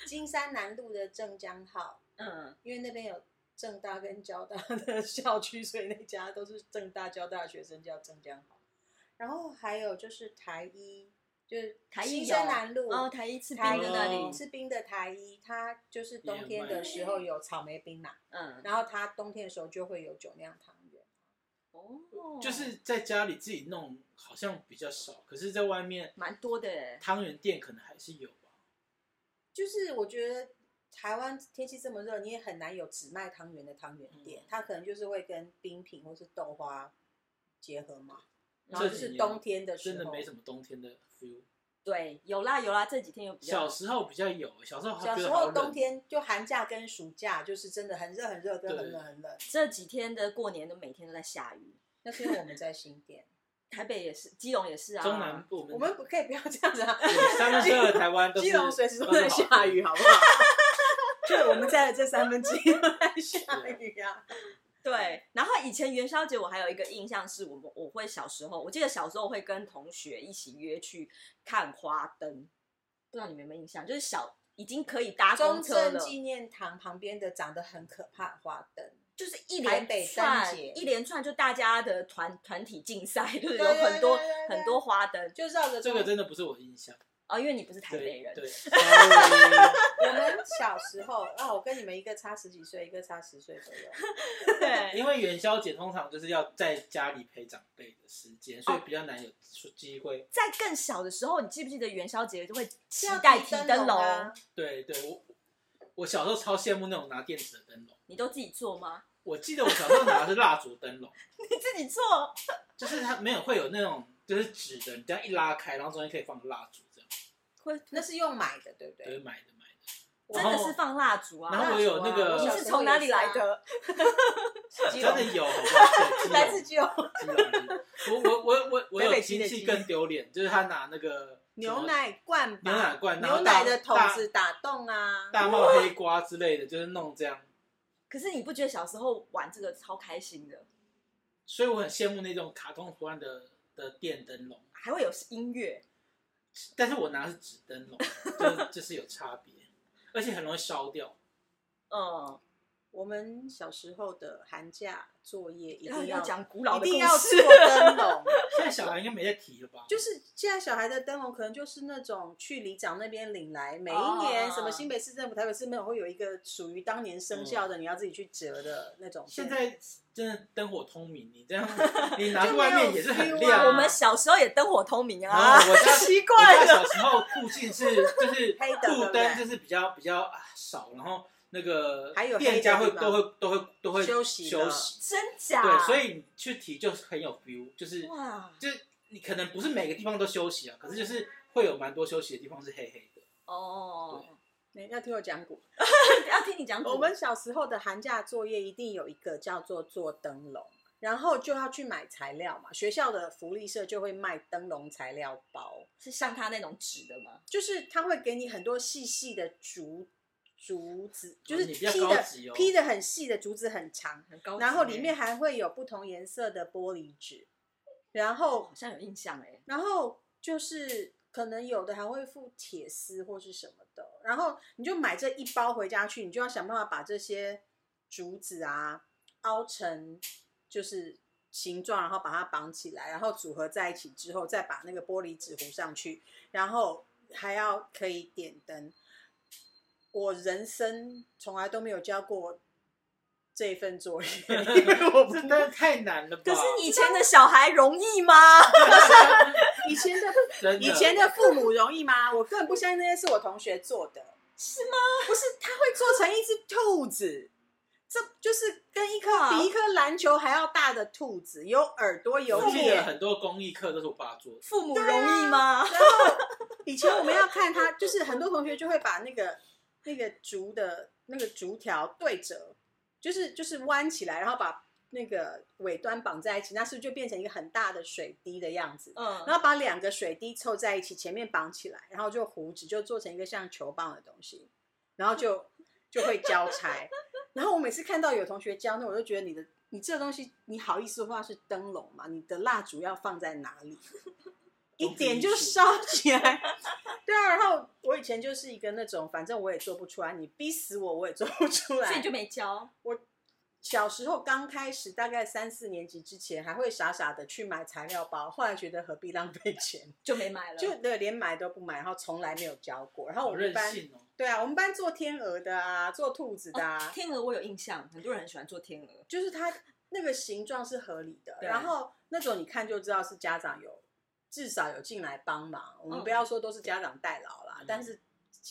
S3: 金山南路的正江号，
S2: 嗯，
S3: 因为那边有正大跟交大的 [laughs] 校区，所以那家都是正大、交大的学生叫正江好。然后还有就是台一，就是
S2: 台一
S3: 新
S2: 有
S3: 生南路
S2: 哦，台一吃冰
S3: 台
S2: 的
S3: 一
S2: 那里，
S3: 吃冰的台一，它就是冬天
S1: 也有
S3: 的
S1: 卖
S3: 时候有草莓冰嘛，
S2: 嗯，
S3: 然后它冬天的时候就会有酒酿汤圆。
S2: 哦，
S1: 就是在家里自己弄好像比较少，可是在外面
S2: 蛮多的欸。
S1: 汤圆店可能还是有吧。
S3: 就是我觉得台湾天气这么热，你也很难有只卖汤圆的汤圆店，
S1: 嗯
S3: 它可能就是会跟冰品或是豆花结合嘛。
S2: 嗯
S3: 然后
S1: 这
S3: 就
S1: 几
S3: 是
S1: 年
S3: 冬天的时候，
S1: 真的没什么冬天的 feel。
S2: 对，有啦有啦，这几天有比较
S1: 小时候比较有，小时候
S3: 小
S1: 觉
S3: 时
S1: 得好
S3: 候
S1: 冷
S3: 冬天就寒假跟暑假，就是真的很热很热跟
S1: 对
S3: 很冷很冷。
S2: 这几天的过年都每天都在下雨，
S3: 那是因为我们在新
S1: [laughs]
S3: 店，
S2: 台北也是，基隆也是啊。
S1: 中南部
S3: 我们不可以不要这样子啊！ [laughs]
S1: 有三分之二的台湾都是
S3: 基隆随时都
S1: 是
S3: 在
S1: 好
S3: 下
S1: [laughs]
S3: 雨，
S1: 天
S3: 好不好？就我们在的这三分之一都在下雨啊！
S2: 对，然后以前元宵节我还有一个印象是我们我会小时候，我记得小时候会跟同学一起约去看花灯，不知道你们有没有印象？就是小已经可以搭
S3: 中
S2: 公车
S3: 正
S2: 了，
S3: 纪念堂旁边的长得很可怕的花灯，
S2: 就是一
S3: 台
S2: 连
S3: 北灯
S2: 串
S3: 节
S2: 一连串就大家的团团体竞赛， [laughs] 就是有
S3: 对对
S2: 很多
S3: 对对对
S2: 很多花灯
S3: 就绕着
S1: 这个
S3: 中
S1: 真的不是我的印象。
S2: 哦，因为你不是台北
S1: 对
S2: 人， [laughs]
S1: 对，
S3: 我们小时候啊，我跟你们一个差十几岁，一个差十岁左右。
S1: sorry
S2: 对
S1: 因为元宵节通常就是要在家里陪长辈的时间，所以比较难有机会。
S2: 在更小的时候，你记不记得元宵节就会期
S3: 要
S2: 待
S3: 提
S2: 提
S3: 灯
S2: 灯
S3: 笼
S2: 笼？
S3: 啊
S1: 对对，我我小时候超羡慕那种拿电子的灯笼。
S2: 你都自己做
S3: [laughs]
S2: 吗？
S1: 我记得我小时候拿的是蜡烛灯笼，
S2: 你自己做？
S1: 就是它没有会有那种就是纸的，你这样一拉开，然后中间可以放蜡烛，这样
S2: [laughs] 会
S3: 那是用买的，对不
S1: 对，
S3: 对？
S1: 买的买的。
S2: 真
S1: 然后
S2: 的是放蜡烛啊！
S1: 然后我有那个
S3: 蜡烛啊
S2: 你是从哪里来？的？
S3: 基
S1: 真
S3: 隆
S1: 的有，好不
S3: [laughs]
S1: 好
S3: 来
S1: 对
S3: 自基隆。
S1: 基隆基隆我我我我我
S3: 台
S1: 有
S3: 北基
S1: 亲
S3: 的
S1: 戚
S3: 基
S1: 更丢脸，就是他拿那个
S3: 牛
S1: 什么
S3: 奶罐吧，
S1: 牛奶罐然后
S3: 牛奶的
S1: 大
S3: 桶
S1: 大
S3: 子打洞啊，
S1: 大帽黑瓜之类的，就是弄这样。
S2: 可是你不觉得小时候玩这个超开心的？
S1: 所以我很羡慕那种卡通图案的的电灯笼，
S2: 还会有音乐，
S1: 但是我拿的是纸灯笼，就是就是有差别，而且很容易烧掉。
S2: 嗯，
S3: 我们小时候的寒假作业一
S2: 然后
S3: 定
S2: 要
S3: 要
S2: 讲古老的
S3: 一定
S2: 故
S3: 要做
S2: 事。
S3: 灯笼，
S1: 现在小孩应该没在提了吧？
S3: 就是现在小孩的灯笼可能就是那种去里长那边领来，每一
S2: 哦
S3: 年什么新北市政府、台北市没有会有一个属于当年生效的，你要自己去折的那种。
S1: 嗯现在真的灯火通明，你
S3: [laughs]
S1: 这样你拿去外面也是很
S3: 就没有 feel
S1: 亮。
S3: 啊
S2: 我们小时候也灯火通明
S1: 然后
S2: 啊，
S1: 我
S3: [laughs]
S1: 家
S2: 奇
S1: 我
S2: 怪
S1: 家小
S2: 了。
S1: 时候附近是就是
S3: 黑的
S1: 路
S3: 对不
S1: 灯
S3: 对
S1: 就是比较比较啊少，然后那个
S3: 还有黑的
S1: 店家会
S3: 地方
S1: 都会都会都会
S3: 休息
S1: 休
S3: 了
S1: 息，
S2: 真假？
S1: 对，所以你去提就是很有 feel，就是
S2: 哇，
S1: 就是你可能不是每个地方都休息啊，可是就是会有蛮多休息的地方是黑黑的。
S2: 哦，
S3: 你要听我讲古，
S2: 要听你讲古。
S3: 我们小时候的寒假作业一定有一个叫做做灯笼，然后就要去买材料嘛。学校的福利社就会卖灯笼材料包，
S2: 是像他那种纸的吗？
S3: 就是它会给你很多细细的竹竹子，就是
S1: 你比较
S3: 劈
S1: 高
S3: 的
S1: 级哦
S3: 劈的很细的竹子很长，
S2: 很高级耶。
S3: 然后里面还会有不同颜色的玻璃纸，然后
S2: 好像有印象哎，
S3: 然后就是可能有的还会附铁丝或是什么的，然后你就买这一包回家去，你就要想办法把这些竹子啊、凹成就是形状，然后把它绑起来，然后组合在一起之后，再把那个玻璃纸糊上去，然后还要可以点灯。我人生从来都没有交过这一
S1: [laughs]
S3: 份作业，因为 [laughs] 我不
S1: 这真的太难了吧？
S2: 可是以前的小孩容易吗？
S3: 以前的
S1: 真的
S3: 以前的父母容易吗？我根本不相信那些是我同学做的，
S2: 是
S3: 吗？不是，他会做成一只兔子，这就是跟一颗
S2: 哇
S3: 比一颗篮球还要大的兔子，有耳朵有
S1: 我记得
S3: 脸。
S1: 很多公益课都是我爸做的，
S2: 父母容易吗？
S3: 然后以前我们要看他，就是很多同学就会把那个那个竹的那个竹条对折，就是就是弯起来，然后把那个尾端绑在一起，那是不是就变成一个很大的水滴的样子？
S2: 嗯，
S3: 然后把两个水滴凑在一起，前面绑起来，然后就胡子就做成一个像球棒的东西，然后就就会交差。然后我每次看到有同学教，那我就觉得你的你这东西，你好意思画是灯笼吗？你的蜡烛要放在哪里？一点就烧起来。对啊，然后我以前就是一个那种，反正我也做不出来，你逼死我我也做不出来。
S2: 所以就没教。
S3: 小时候刚开始，大概三四年级之前，还会傻傻的去买材料包，后来觉得何必浪费钱。
S2: 就没买了。
S3: 就对，连买都不买，然后从来没有教过。然后
S1: 好
S3: 我们
S1: 任
S3: 班，
S1: 性哦。
S3: 对啊，我们班做天鹅的啊，做兔子的啊，
S2: 天鹅，我有印象，很多人很喜欢做天鹅。
S3: 就是它那个形状是合理的，
S2: 对
S3: 然后那种你看就知道是家长有至少有进来帮忙。我们
S2: 嗯
S3: 不要说都是家长代劳啦，
S1: 嗯
S3: 但是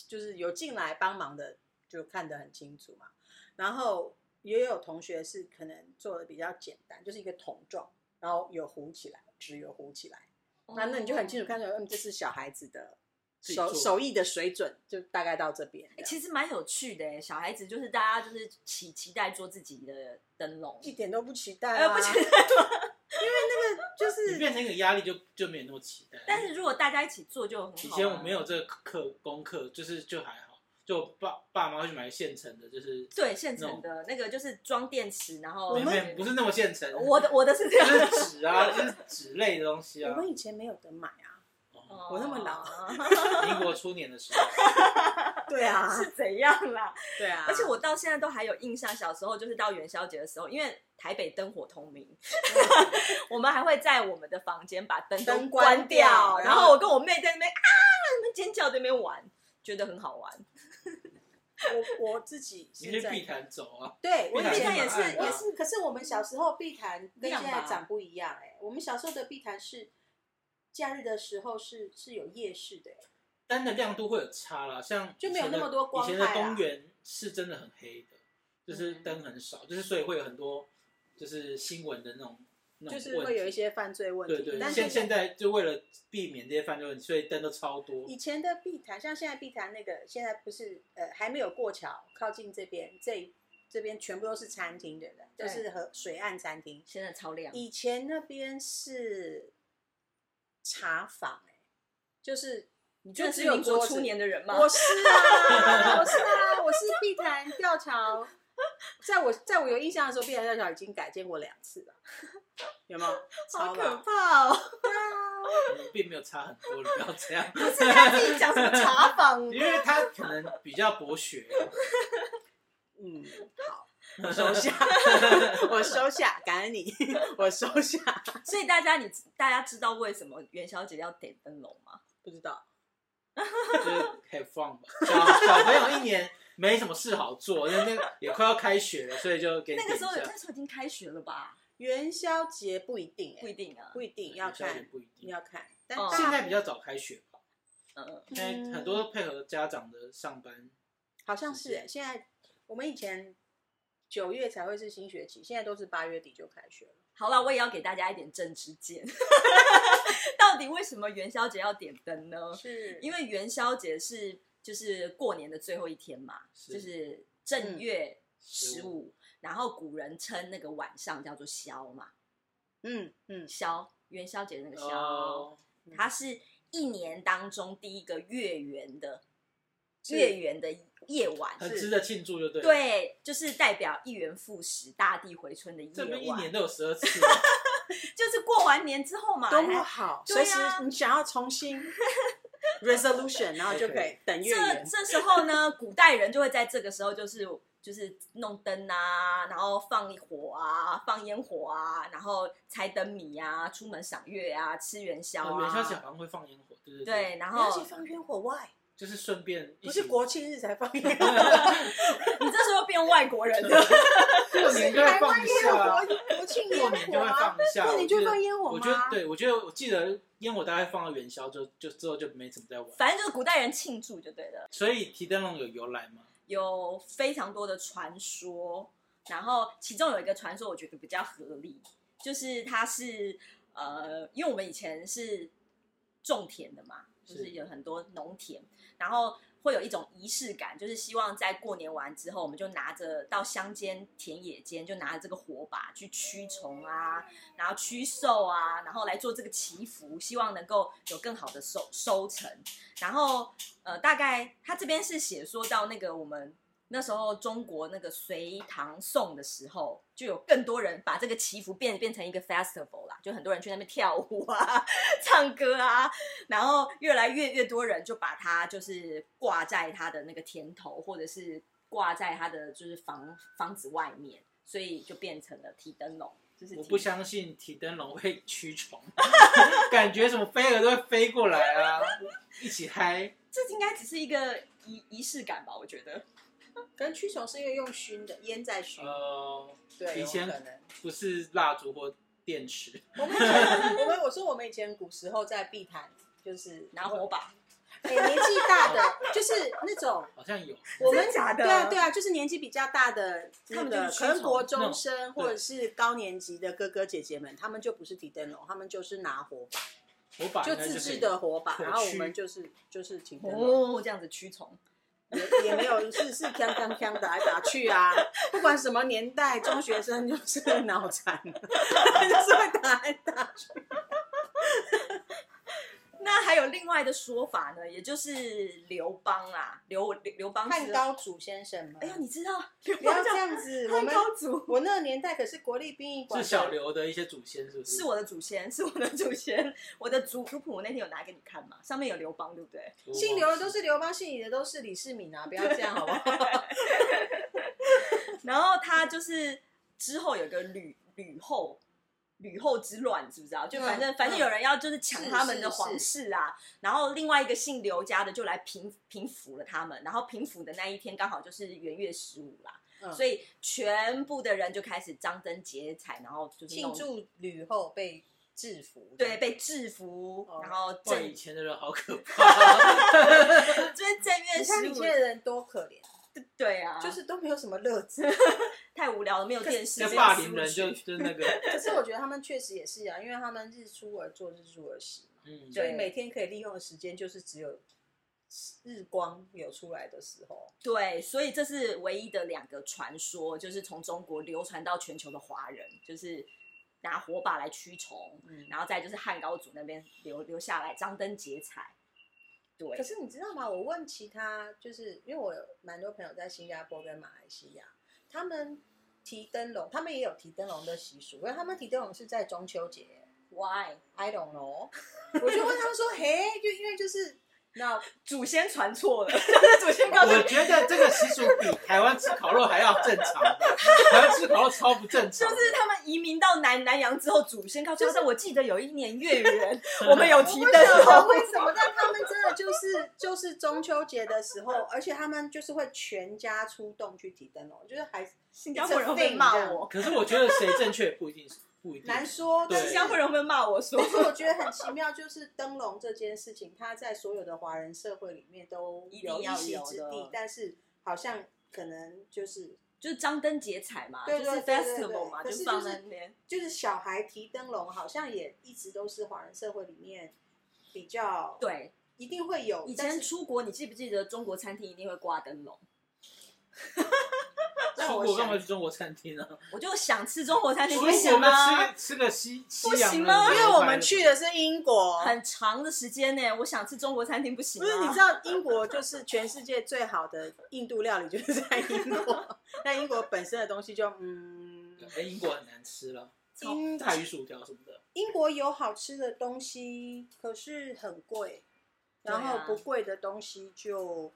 S3: 就是有进来帮忙的就看得很清楚嘛。然后也有同学是可能做的比较简单，就是一个桶状，然后有糊起来，纸有糊起来。
S2: 哦
S3: 那那你就很清楚看出来，嗯，这是小孩子的
S1: 自己
S3: 手
S1: 做
S3: 手艺的水准，就大概到这边。
S2: 哎、其实蛮有趣的哎，小孩子就是大家就是期期待做自己的灯笼，
S3: 一点都不期待
S2: 呃，
S3: 啊，
S2: 不
S3: [laughs]
S2: 期
S3: 因为
S2: 待。
S3: 那个就
S1: 你
S3: 是
S1: 变成一个压力就就没那么期待。
S2: 但是如果大家一起做就很好、啊
S1: 以前我没。有这个课功课，就是就还好，就我爸爸妈会去买现成的，就是
S2: 对，现成的那个就是装电池，然后
S3: 我
S1: 没
S3: 们
S1: 没不是那么现成，
S2: 我的我的是这
S1: 就
S2: 样，
S1: 是纸啊，
S3: [laughs]
S1: 就是纸类的东西
S3: 我
S1: 啊。
S3: 们以前没有得买啊，
S1: 哦
S3: 我那么
S2: [laughs]
S3: 老
S1: 民国初年的时
S3: [laughs]
S1: 候，
S3: [laughs] 对啊，
S2: 是怎样啦？
S3: 对啊，
S2: 而且我到现在都还有印象，小时候就是到元宵节的时候，因为台北灯火通明，我们还会在我们的房间把灯都
S3: 灯
S2: 关
S3: 关掉然
S2: 然
S3: 后
S2: 后我跟我妹在那边啊，那边尖叫在那边玩，觉得很好玩。
S3: 我我自己
S1: 你去
S3: 现在
S1: 避谈走啊，
S3: 对我
S1: 避
S3: 以
S1: 谈
S2: 避
S3: 前
S2: 谈也
S1: 蛮暗
S2: 是
S1: 的啊
S3: 也是，可是我们小时候碧潭
S2: 一
S3: 跟
S2: 样
S3: 现在
S2: 吧
S3: 长不一样哎、我们小时候的碧潭是假日的时候是是有夜市的、欸，
S1: 灯的亮度会有差啦，像
S3: 就没有
S1: 以前的
S3: 那么多光
S1: 以
S3: 害
S1: 前
S3: 啊啦
S1: 的公园是真的很黑的，就是
S2: 嗯
S1: 灯很少，就是所以会有很多就是新闻的那种，那种
S3: 就是
S1: 问
S3: 会有
S1: 题
S3: 一些犯罪问
S1: 对
S3: 题，
S1: 对，
S3: 但
S1: 现
S3: 是
S1: 现在就为了避免这些犯罪问题，所以灯都超
S3: [laughs]
S1: 多。
S3: 以前的碧潭，像现在碧潭那个，现在不是呃还没有过桥，靠近这边这这边全部都是餐厅，对不对？
S2: 对
S3: 就是和水岸餐厅。
S2: 现在超亮，
S3: 以前那边是茶坊、哎，就是你
S2: 真
S3: 就
S2: 的
S3: 只
S2: 是
S3: 有
S2: 民国
S3: 桌子
S2: 初年。的人吗？
S3: 我是啊，我是啊，我是碧潭吊桥，在我在我有印象的时候，碧潭吊桥已经改建过两次了， [laughs] 有没有？
S2: 好
S3: 超
S2: 可
S3: 老
S2: 怕哦！
S3: [laughs]
S1: 你并没有差很多，你不要这样，
S2: 是他自己讲什么茶坊？
S1: 因为他可能比较博学，
S3: [laughs] 嗯，好，我收下， [laughs] 我收下， [laughs] 感恩你，我收下。
S2: 所以大家你大家知道为什么元宵节要点灯笼吗？
S3: 不知道，
S1: 就是 have fun 吧。小小朋友一年没什么事好做，因为那也快要开学了，所以就给你
S2: 那
S1: 点
S2: 个
S1: 一
S2: 时候
S1: 下。
S2: 那时候已经开学了吧？
S3: 元宵节不一定、
S2: 不
S3: 欸，
S2: 一定啊。
S3: 不一定要
S1: 有时候也
S3: 看，
S1: 不一定。
S3: 要看。但
S2: 哦
S3: 大
S1: 现在比较早开学吧，
S2: 嗯嗯。
S1: 现在很多都配合家长的上班。
S3: 好像是、
S1: 是
S3: 欸，现在我们以前九月才会是新学期，现在都是八月底就开学了。
S2: 好了，我也要给大家一点政治见。 [laughs] 到底为什么元宵节要点灯呢？
S3: 是哦因
S2: 因
S3: 为
S2: 为元宵节是就是过年的最后一天嘛，
S1: 是
S2: 就是正月十
S1: 十
S2: 五、然后古人称那个晚上叫做宵嘛，
S3: 嗯嗯，
S2: 宵元宵节的那个宵，
S1: 哦，
S2: 它是一年当中第一个月圆的
S3: 是
S2: 月圆的夜晚，
S1: 很
S3: 是
S1: 值得庆祝，就对。，
S2: 对，就是代表一元复始、大地回春的夜
S1: 这边一
S2: 晚
S1: 年，都有十二次，
S2: 就是过完年之后嘛，哎
S3: 多
S2: 还
S3: 么好，
S2: 对
S3: 随、
S2: 啊
S3: 时你想要重 [laughs] 新 resolution，然后就可以等月
S2: 这 [laughs]
S3: 圆。
S2: 这时候呢，古代人就会在这个时候就是就是弄灯啊，然后放火啊，放烟火啊，然后猜灯谜啊，出门赏月啊，吃元宵
S1: 呃
S2: 啊，
S1: 元宵节好像会放烟火，对对
S2: 对，然
S3: 而
S2: 后
S3: 且放烟火 why？
S1: 就是顺便一
S3: 不是
S1: 起
S3: 国庆日才放烟火，
S2: 你这时候变外国人了。 [laughs]
S1: 过年就会
S3: 台
S1: 放
S3: 湾
S1: 一啊
S3: 也有
S1: 下，
S3: 国国庆
S1: 过
S3: 烟
S1: 年
S3: 火
S1: 就会
S3: 啊
S1: 放，一下。
S3: 过年就会
S1: 我觉得
S3: 放烟火
S1: 我觉得
S3: 吗？
S1: 对，我觉得我记得烟火大概放到元宵就就之后就没怎么再玩。
S2: 反正就是古代人庆祝就对了，
S1: 所以提灯笼有由来吗？
S2: 有非常多的传说，然后其中有一个传说我觉得比较合理，就是它是呃，因为我们以前是种田的嘛，就是是有很多农田，然后会有一种仪式感，就是希望在过年完之后，我们就拿着到乡间田野间，就拿着这个火把去驱虫啊，然后驱兽啊，然后来做这个祈福，希望能够有更好的收收成。然后呃，大概他这边是写说到那个我们那时候中国那个隋唐宋的时候，就有更多人把这个祈福变变成一个 festival 啦，就很多人去那边跳舞啊、 [laughs] 唱歌啊，然后越来越越多人就把它就是挂在他的那个田头，或者是挂在他的就是房房子外面，所以就变成了提灯笼。就是
S1: 我
S2: 提
S1: 不相信提灯笼会驱虫， [laughs] 感觉什么飞蛾都会飞过来啊，一起嗨。
S2: 这应该只是一个仪仪式感吧，我觉得。
S3: 可能驱虫是因为用熏的，烟在熏，
S1: 呃，
S3: 对，
S1: 以
S3: 有
S1: 前
S3: 可能。
S1: 不是蜡烛或电池，
S3: 我们以前，我们我说我们以前古时候在碧潭，就是
S2: 拿火把，
S3: 哎、年纪
S1: [laughs]
S3: 大的，就是那种
S1: 好像有。
S3: 我们
S2: 真假的
S3: 对啊对啊，就是年纪比较大的那
S2: 他们就
S3: 个，
S2: 是
S3: 可
S2: 驱
S3: 能
S2: 虫
S3: 国
S1: 那
S3: 中
S1: 种
S3: 生或者是高年级的哥哥姐姐们，他们就不是提灯笼，他们就是拿火把，
S1: 我把
S3: 就自制的火把，
S1: 啊火
S3: 然后我
S1: 炬
S3: 们就是就是提灯笼。
S2: 哦，这样子驱虫。
S3: 也也没有是是锵锵锵打来打去啊，不管什么年代，中学生 [laughs] 就是脑残，就是会打来打去。
S2: 那还有另外的说法呢，也就是刘邦啦，刘刘邦之后
S3: 汉。高祖先生嘛，
S2: 哎呀，你知道刘
S3: 不要
S2: 邦
S3: 这
S2: 叫
S3: 样子，我
S2: 汉
S3: 们
S2: 高祖，
S3: 我那个年代可是国立殡仪馆
S1: 是
S3: 的
S1: 小刘的一些祖先，是不是？
S2: 是我的祖先，是我的祖先，我的族族谱我那天有拿给你看嘛，上面有刘邦，对不对？
S1: 我
S3: 姓刘的都是刘邦，姓李的都是李世民啊，不要这样好不好？
S2: 然后他就是之后有个吕吕后。吕后之乱知不知啊道？就反正、
S3: 嗯
S2: 反正有人要就是抢
S3: 是
S2: 他们
S3: 是
S2: 的皇室啊，然后另外一个姓刘家的就来平平服了他们，然后平服的那一天刚好就是元月十五啦，
S3: 嗯
S2: 所以全部的人就开始张灯结彩，然后就是
S3: 庆
S2: 弄
S3: 祝吕后被制服，
S2: 对，被制服，
S3: 哦
S2: 然后
S1: 哇以
S2: 正
S1: 前的人好
S3: [laughs]
S1: 可怕，
S2: 就是正月
S3: 你看
S2: 十
S3: 你
S2: 五
S3: 现，在人多可怜，
S2: 对啊，
S3: 就是都没有什么乐 [laughs] 子。
S2: 太无聊了，没有电视，
S1: 这
S2: 没有
S1: 霸
S2: 私
S1: 凌
S2: 物
S1: 人
S2: 区
S1: 就就是那个，
S3: [laughs] 可是我觉得他们确实也是啊，因为他们日出而作，日入而息，
S1: 嗯，
S3: 所以
S2: 对
S3: 每天可以利用的时间就是只有日光有出来的时候。
S2: 对，所以这是唯一的两个传说，就是从中国流传到全球的华人，就是拿火把来驱虫，
S3: 嗯，
S2: 然后再就是汉高祖那边留留下来张灯结彩。对
S3: 可，是你知道吗？我问其他，就是因为我有蛮多朋友在新加坡跟马来西亚，他们提灯笼，他们也有提灯笼的习俗，因为他们提灯笼是在中秋节。
S2: why
S3: I don't know，我就问他们说，嘿，就因为就是那
S2: 祖先传错
S3: [laughs]
S2: 了，就是祖先告诉
S1: 我觉得这个习俗比台湾吃烤肉还要正常吧，台湾吃烤肉超不正常
S2: 就
S1: 的，
S2: 是他们移民到南南洋之后，祖先告诉他
S3: 就是
S2: 们，我记得有一年月
S3: [laughs]
S2: 圆，我们有提
S3: 我不
S2: 灯
S3: [laughs] 晓得
S2: 笼，
S3: 为什么，但他们真的就是就是中秋节的时候，而且他们就是会全家出动去提灯笼，就是还
S2: 新加坡人会不会骂我，
S1: 可是我觉得谁正确不一定是不一定
S3: 难说。
S1: 对
S3: 但
S2: 新
S3: 是
S2: 加坡人会不会骂我说
S3: 但是我觉得很奇妙，就是灯笼这件事情，它在所有的华人社会里面都
S2: 一定
S3: 有一
S2: 要
S3: 席
S2: 有
S3: 之
S2: 的
S3: 地，但是好像可能就是
S2: 就是张灯结彩嘛，
S3: 对
S2: 就
S3: 对
S2: 是
S3: 对对
S2: festival 嘛，
S3: 对可是
S2: 放
S3: 就
S2: 在
S3: 是
S2: 那边。
S3: 就是小孩提灯笼，好像也一直都是华人社会里面比较
S2: 对，
S3: 一定会有。
S2: 以
S3: 但
S2: 前
S3: 是
S2: 出国，你记不记得中国餐厅一定会挂灯笼？
S3: 让
S1: 出
S3: 我
S1: 国干嘛
S3: 想，
S1: 去中国餐厅啊呢？
S2: 我就想吃中国餐厅，
S1: 出
S2: 不
S1: 国
S2: 行吗？
S1: 吃吃个西西
S2: 不
S1: 洋
S2: 行
S1: 的
S2: 吗
S1: 牛
S3: 因
S1: 排
S3: 为我们去的是英国，
S2: 很长的时间呢，我想吃中国餐厅不行啊
S3: 不
S2: 吗？
S3: 是你知道英国就是全世界最好的印度料理就是在英
S2: [laughs]
S3: 国，但英国本身的东西就嗯，
S1: 哎，英国很难吃了，
S3: 英
S1: 大鱼薯条什么的，
S3: 英国有好吃的东西，可是很贵，
S2: 对啊
S3: 然后不贵的东西就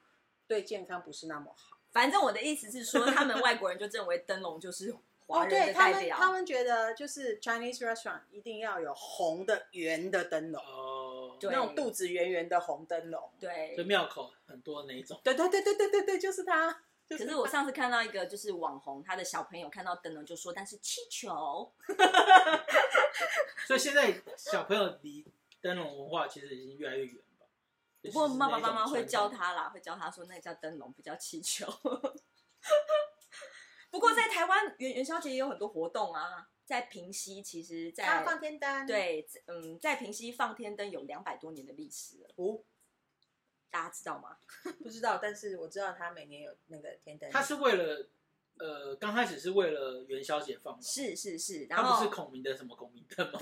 S3: 对健康不是那么好。
S2: 反正我的意思是说，他们外国人就认为灯笼就是华
S3: 哦，
S2: 人
S3: 对
S2: 的
S3: 他
S2: 代
S3: 们，
S2: 表。
S3: 他们觉得就是 Chinese restaurant 一定要有红的圆的灯笼，
S1: 哦，
S2: 对
S3: 那种肚子圆圆的红灯笼。
S1: 就
S2: 对，
S1: 庙口很多那一种，
S3: 对对对对对对对，就是它。就
S2: 可是我上次看到一个就是网红，他的小朋友看到灯笼就说：“但是气球。
S1: 所以现在小朋友离灯笼文化其实已经越来越远吧。”
S2: 不过
S1: 就是
S2: 爸爸
S1: 那一种
S2: 妈妈会
S1: 传统
S2: 教他啦，会教他说那叫灯笼，不叫气球。 [laughs] 不过在台湾元元宵节也有很多活动啊，在平溪，其实在，
S3: 它放天灯，，
S2: 对，嗯，在平溪放天灯有两百多年的历史了，
S3: 哦，
S2: 大家知道吗？
S3: 不知道，但是我知道它每年有那个天灯。
S1: 他是为了呃，刚开始是为了元宵节放的，
S2: 是是是，然
S1: 他不
S2: 后
S1: 是孔明的什么孔明灯吗？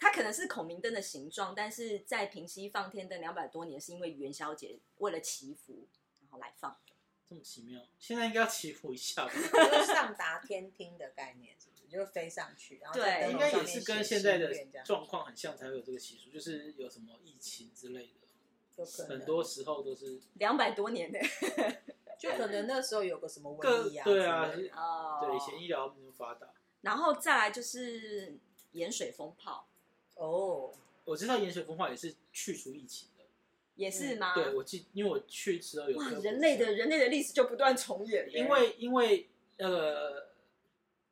S2: 它可能是孔明灯的形状，但是在平西放天灯两百多年，是因为元宵节为了祈福，然后来放。
S1: [laughs] 这么奇妙，现在应该要祈福一下吧？
S3: 就是上达天听的概念，是不是？就飞上去，然
S1: [laughs]
S3: 后在
S2: 对
S3: 灯
S1: 应
S3: 笼
S1: 该
S3: 上
S1: 也
S3: 面
S1: 是
S3: 写
S1: 跟现在的
S3: 心愿这样
S1: 状况很像，才会有这个习俗，就是有什么疫情之类的，
S3: 有可能
S1: 很多时候都是
S2: 两百多年呢、
S3: 就可能那时候有个什么
S1: 各
S3: 瘟疫啊之类
S1: 对
S3: 的，
S1: 啊，
S2: 哦，
S1: 对以前医疗没那么发达。
S2: 然后再来就是盐水风炮，
S3: 哦，
S1: 我知道盐水风化也是去除疫情的，
S2: 也是
S3: 啊
S2: 吗？
S1: 嗯对我记，因为我去时候有
S2: 哇
S1: 科，普
S2: 人类的人类的历史就不断重演耶。
S1: 因为因为呃，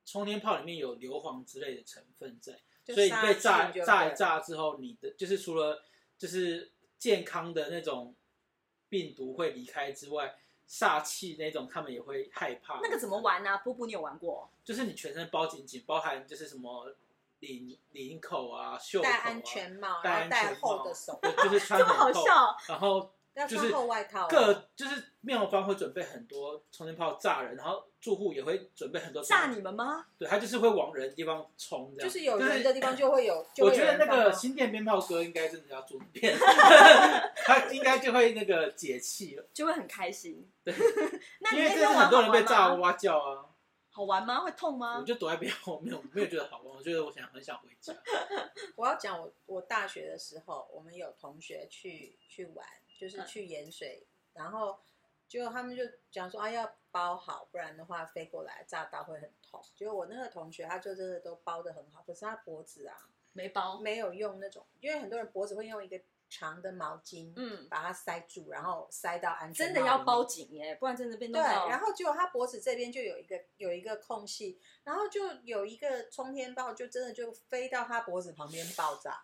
S1: 冲天炮里面有硫磺之类的成分在，
S3: 就
S1: 所以你被
S3: 杀
S1: 炸
S3: 菌就
S1: 炸
S3: 对
S1: 一炸之后，你的就是除了就是健康的那种病毒会离开之外，煞气那种他们也会害怕。
S2: 那个怎么？玩呢、啊？波波，你有玩过？
S1: 就是你全身包紧紧，包含就是什么领领口啊、袖口啊，
S3: 戴安全帽，
S1: 戴
S3: 然后
S1: 安全
S3: 戴厚的
S1: 帽 [laughs]
S3: 手，
S1: 对就
S3: [laughs]
S1: 是穿
S2: 这么
S1: 很
S2: 好
S1: 厚
S2: 笑，
S1: 然后
S3: 要
S1: 就
S3: 穿
S1: 是
S3: 厚外套啊。
S1: 各就是庙方会准备很多冲天炮炸人，然后住户也会准备很多
S2: 炸你们吗？
S1: 对他就是会往人的地方冲，这样
S3: 就是有人的地方就会有，就
S1: 我
S3: 会有
S1: 觉得
S3: 人
S1: 那
S3: 放
S1: 个
S3: 炮
S1: 新店鞭炮哥应该真的要做
S3: [laughs]
S1: 变，他应该就会那个解气了，
S2: 就会很开心。
S1: 对
S2: [laughs] 那你
S1: 因为真
S2: 那
S1: 的
S2: 天玩
S1: 很多人被炸
S2: 好
S1: 哇
S2: 玩吗？
S1: 哇叫啊，
S2: 好玩吗？会痛吗
S1: 我？就躲在边后面，我没有觉得好玩，我觉得我想很想回家。
S3: 我要讲我我大学的时候，我们有同学去去玩，就是
S2: 嗯
S3: 去盐水，然后结果他们就讲说啊要包好，不然的话飞过来炸到会很痛。结果我那个同学他就真的都包的很好，可是他脖子啊
S2: 没
S1: 哦
S2: 包。
S3: 没有用那种，因为很多人脖子会用一个长的毛巾，
S2: 嗯，
S3: 把它塞住，然后塞到安全
S2: 真
S3: 帽
S2: 的要
S3: 里面
S2: 包紧耶，不然真的被
S3: 对，
S2: 弄到。
S3: 然后结果他脖子这边就有一个有一个空隙，然后就有一个冲天炮，就真的就飞到他脖子旁边爆炸，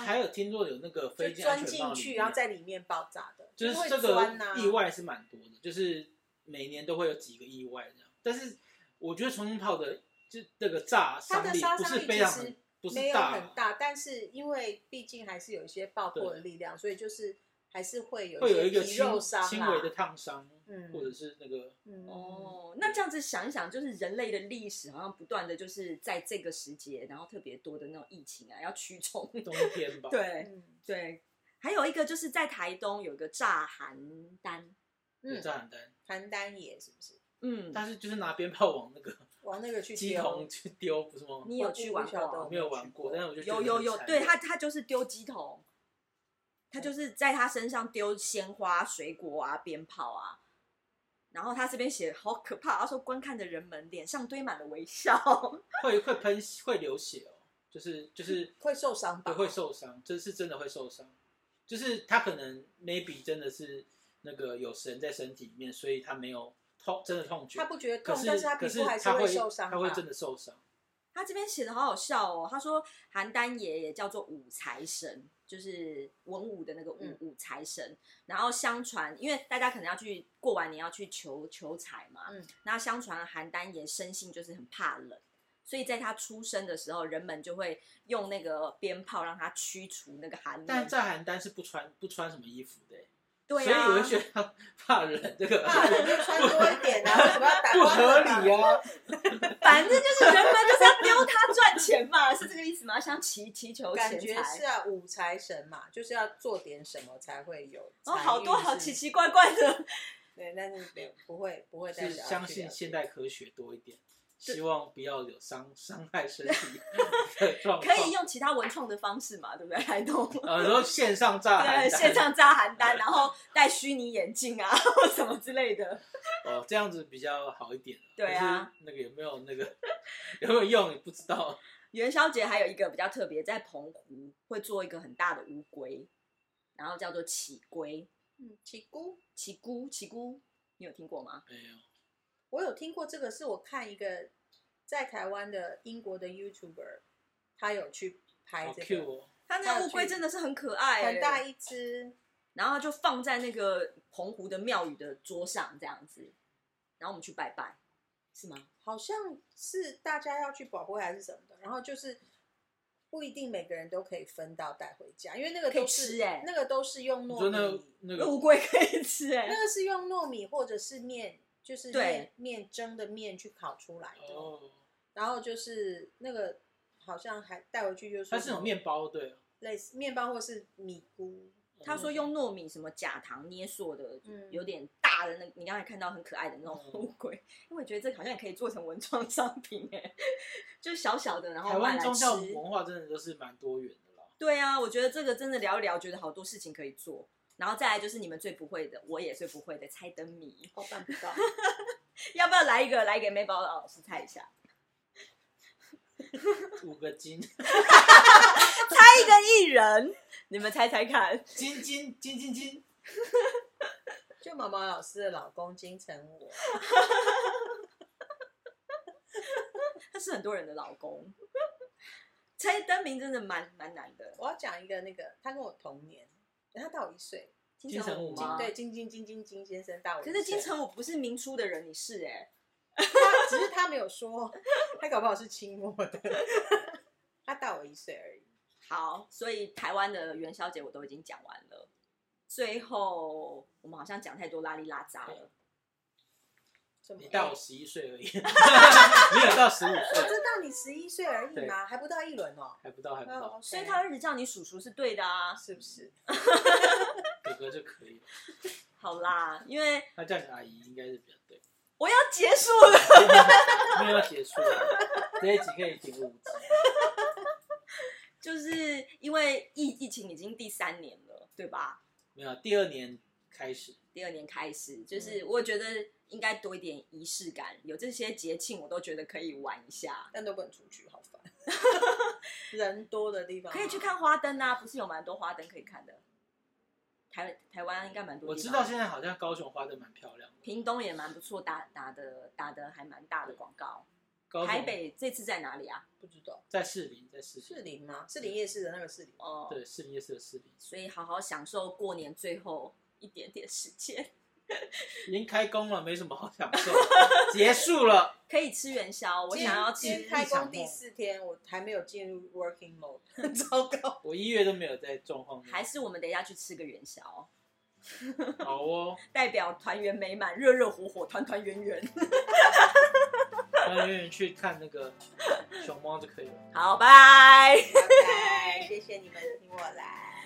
S1: 还有听说有那个
S3: 嗯就
S1: 飞机安
S3: 钻
S1: 全帽里
S3: 进去，
S1: 面
S3: 然后在里面爆炸的，
S1: 就是
S3: 会
S1: 这
S3: 钻啊呐、
S1: 个意外是蛮多的，就是每年都会有几个意外这样。但是我觉得冲天炮的就那个炸
S3: 它
S1: 伤
S3: 的
S1: 力
S3: 杀
S1: 不
S3: 伤
S1: 是
S3: 力
S1: 非
S3: 其
S1: 常很
S3: 实
S1: 不是
S3: 没有很
S1: 大，
S3: 大，但是因为毕竟还是有一些爆破的力量，所以就是还是会有
S1: 会有一
S3: 些
S1: 个
S3: 皮
S1: 轻
S3: 肉伤、啊、
S1: 轻微的烫伤，
S3: 嗯
S1: 或者是那个
S3: 嗯
S2: 哦，那这样子想一想，就是人类的历史好像不断的就是在这个时节，然后特别多的那种疫情啊，要驱虫。
S1: 冬天吧。，
S2: [laughs] 对
S3: 嗯
S2: 对，还有一个就是在台东有个炸邯郸，
S1: 有
S3: 嗯，
S1: 炸邯郸，
S3: 邯郸野是不是？
S2: 嗯，
S1: 但是就是拿鞭炮往那个
S3: 往那个去
S1: 鸡
S3: 丢
S1: 桶去丢，不是吗？
S2: 你有
S3: 我
S2: 去
S3: 不
S2: 玩
S3: 晓得
S1: 我
S2: 过？
S1: 没有玩过，但是我就觉得
S2: 有有有，
S1: 很残
S2: 对
S1: 忍嗯
S2: 他他就是丢鸡桶，他就是在他身上丢鲜花、水果啊、鞭炮啊。然后他这边写好可怕，他说观看的人们脸上堆满了微笑。
S1: 会会喷会流血哦，就是就是
S3: 嗯会受伤吧
S1: 对，？会受伤，这是真的会受伤。就是他可能 maybe 真的是那个有神在身体里面，所以他没有痛，真的痛觉。
S3: 他不觉得
S1: 可
S3: 痛，
S1: 是
S3: 但是他
S1: 可
S3: 皮
S1: 是
S3: 肤还
S1: 他
S3: 会
S1: 会
S3: 受伤吧，
S1: 他会真的受伤。
S2: 他这边写的好好笑哦，他说邯郸爷也叫做武财神，就是文武的那个武、
S3: 嗯
S2: 武财神。然后相传，因为大家可能要去过完年要去求求财嘛，
S3: 嗯
S2: 那相传邯郸爷生性就是很怕冷，所以在他出生的时候，人们就会用那个鞭炮让他驱除那个寒
S1: 但
S2: 冷。
S1: 在邯郸是不穿不穿什么衣服的欸，
S2: 对
S1: 所以
S2: 啊
S1: 我，就觉得 [laughs] 他怕冷这个
S3: 怕人就穿多一点啊，为什么要
S1: [laughs]
S3: 打
S1: 不
S3: 光
S1: 合
S3: 了吧
S1: 理啊。
S2: 反正就是人们就是要丢他赚钱嘛， [laughs] 是这个意思吗？像祈祈求
S3: 感
S2: 钱
S3: 觉是
S2: 财。
S3: 啊，五财神嘛，就是要做点什么才会有
S2: 哦，
S3: 财运
S2: 好多好
S3: 是
S2: 奇奇怪怪的，
S3: 对，但是没有不会不会带
S1: 是
S3: 小孩
S1: 相
S3: 去
S1: 信
S3: 了解
S1: 现代科学多一点，希望不要有伤伤害身体的状况。
S2: 可以用其他文创的方式嘛， [laughs] 对不对？来动。
S1: 呃，然后线上炸邯郸，
S2: [laughs] 对，线上扎邯郸，然后戴虚拟眼镜啊，或什么之类的。
S1: 哦，这样子比较好一点。
S2: 对啊，
S1: 那个有没有那个有没有用也不知道。
S2: 元宵节还有一个比较特别，在澎湖会做一个很大的乌龟，然后叫做起龟、
S3: 嗯，起菇，
S2: 起菇、起菇，你有听过吗？
S1: 没有，
S3: 我有听过这个，是我看一个在台湾的英国的 YouTuber，他有去拍
S1: 好
S3: 哎这
S1: Q
S3: 个，
S1: 哦。
S2: 它那个乌龟真的是很可爱、欸
S3: 很大，一只，
S2: 然后就放在那个澎湖的庙宇的桌上这样子，然后我们去拜拜，是吗？
S3: 好像是大家要去保护还是什么的，然后就是不一定每个人都可以分到带回家，因为那个
S2: 可以
S3: 都是
S2: 吃欸
S3: 那个都是用
S1: 你
S3: 糯
S1: 说那
S3: 米
S1: 个，那
S2: 那
S1: 个
S2: 乌龟可以吃哎、
S3: 那个是用糯米或者是面，就是
S2: 对
S3: 面面蒸的面去烤出来的，
S1: 哦，
S3: 然后就是那个好像还带回去就是
S1: 它是那种面包对嗯哦。
S3: 类似面包或是米糊，
S2: 他说用糯米什么假糖捏塑的，
S3: 嗯
S2: 有点大的那，你刚才看到很可爱的那种
S1: 嗯
S2: 乌龟，因为我觉得这个好像也可以做成文创商品哎，就是小小的，然
S1: 台
S2: 后卖
S1: 湾
S2: 来
S1: 宗
S2: 吃。
S1: 教文化真的都是蛮多元的啦。
S2: 对啊，我觉得这个真的聊一聊，觉得好多事情可以做。然后再来就是你们最不会的，我也最不会的猜灯谜，
S3: 我办不到。
S2: [laughs] 要不要来一个来给梅宝老师猜一下？
S1: 五个金， [laughs]
S2: 猜一个艺人， [laughs] 你们猜猜看。
S1: 金金金金金，
S3: 就毛毛老师的老公金城武，
S2: 他是很多人的老公， [laughs] 猜灯谜真的蛮蛮难的。
S3: 我要讲一个那个，他跟我同年，他大我一岁，
S1: 金城武
S2: 吗？
S1: 吗啊
S3: 对，金金金金金先生大我一
S2: 可
S3: 岁。
S2: 是金城武不是明初的人，你是哎、
S3: 他只是他没有说，他搞不好是亲我的，他大我一岁而已。
S2: 好，所以台湾的元宵节我都已经讲完了。最后我们好像讲太多拉里拉杂了，
S3: 怎么
S1: 你大我十一岁而已， [laughs] 你有到十五
S3: 我
S1: 岁，
S3: 知道你十一岁而已嘛，还不到一轮哦。
S1: 还不到还不到，
S2: 所以他一直叫你叔叔是对的啊。
S3: 是不是？
S1: 哥哥就可以了。
S2: 好啦，因为
S1: 他叫你阿姨应该是比较对。
S2: 我要结束了。 [laughs]
S1: 没有要结束了，这一集可以停五集。
S2: 就是因为疫疫情已经第三年了，对吧？
S1: 没有，啊第二年开始，
S2: 第二年开始，就是
S1: 嗯
S2: 我觉得应该多一点仪式感，有这些节庆我都觉得可以玩一下，
S3: 但都不能出去，好
S1: [laughs]
S3: 烦。人多的地方
S2: 可以去。看花灯啊，不是有蛮多花灯可以看的。台台湾应该蛮多
S1: 我
S2: 地
S1: 知
S2: 方，
S1: 道现在好像高雄花灯蛮漂亮的，
S2: 屏东也蛮不错，打打的打的还蛮大的广告。
S1: 高雄
S2: 台北这次在哪里啊？
S3: 不知道
S1: 在士林，在士
S3: 士
S1: 林，
S3: 林吗？士林夜市的那个士林。
S2: 哦，
S1: 对，士林夜市的士林，
S2: 所以好好享受过年最后一点点时间，
S1: 已经开工了，没什么好享受， [laughs] 结束了。
S2: 可以吃元宵。我
S3: 今天
S2: 想要
S3: 今天
S2: 吃，
S3: 开工第四天，我还没有进入 working mode，
S1: [laughs]
S3: 很 [laughs] 糟糕。
S1: 我一月都没有在状况内，
S2: 还是我们等一下去吃个元宵，
S1: 好哦，
S2: 代表团圆美满，热热火火，团团圆圆。 [laughs]
S1: 那愿意去看那个熊猫就可以了。
S2: 好，拜。
S3: 拜拜，谢谢你们听我来。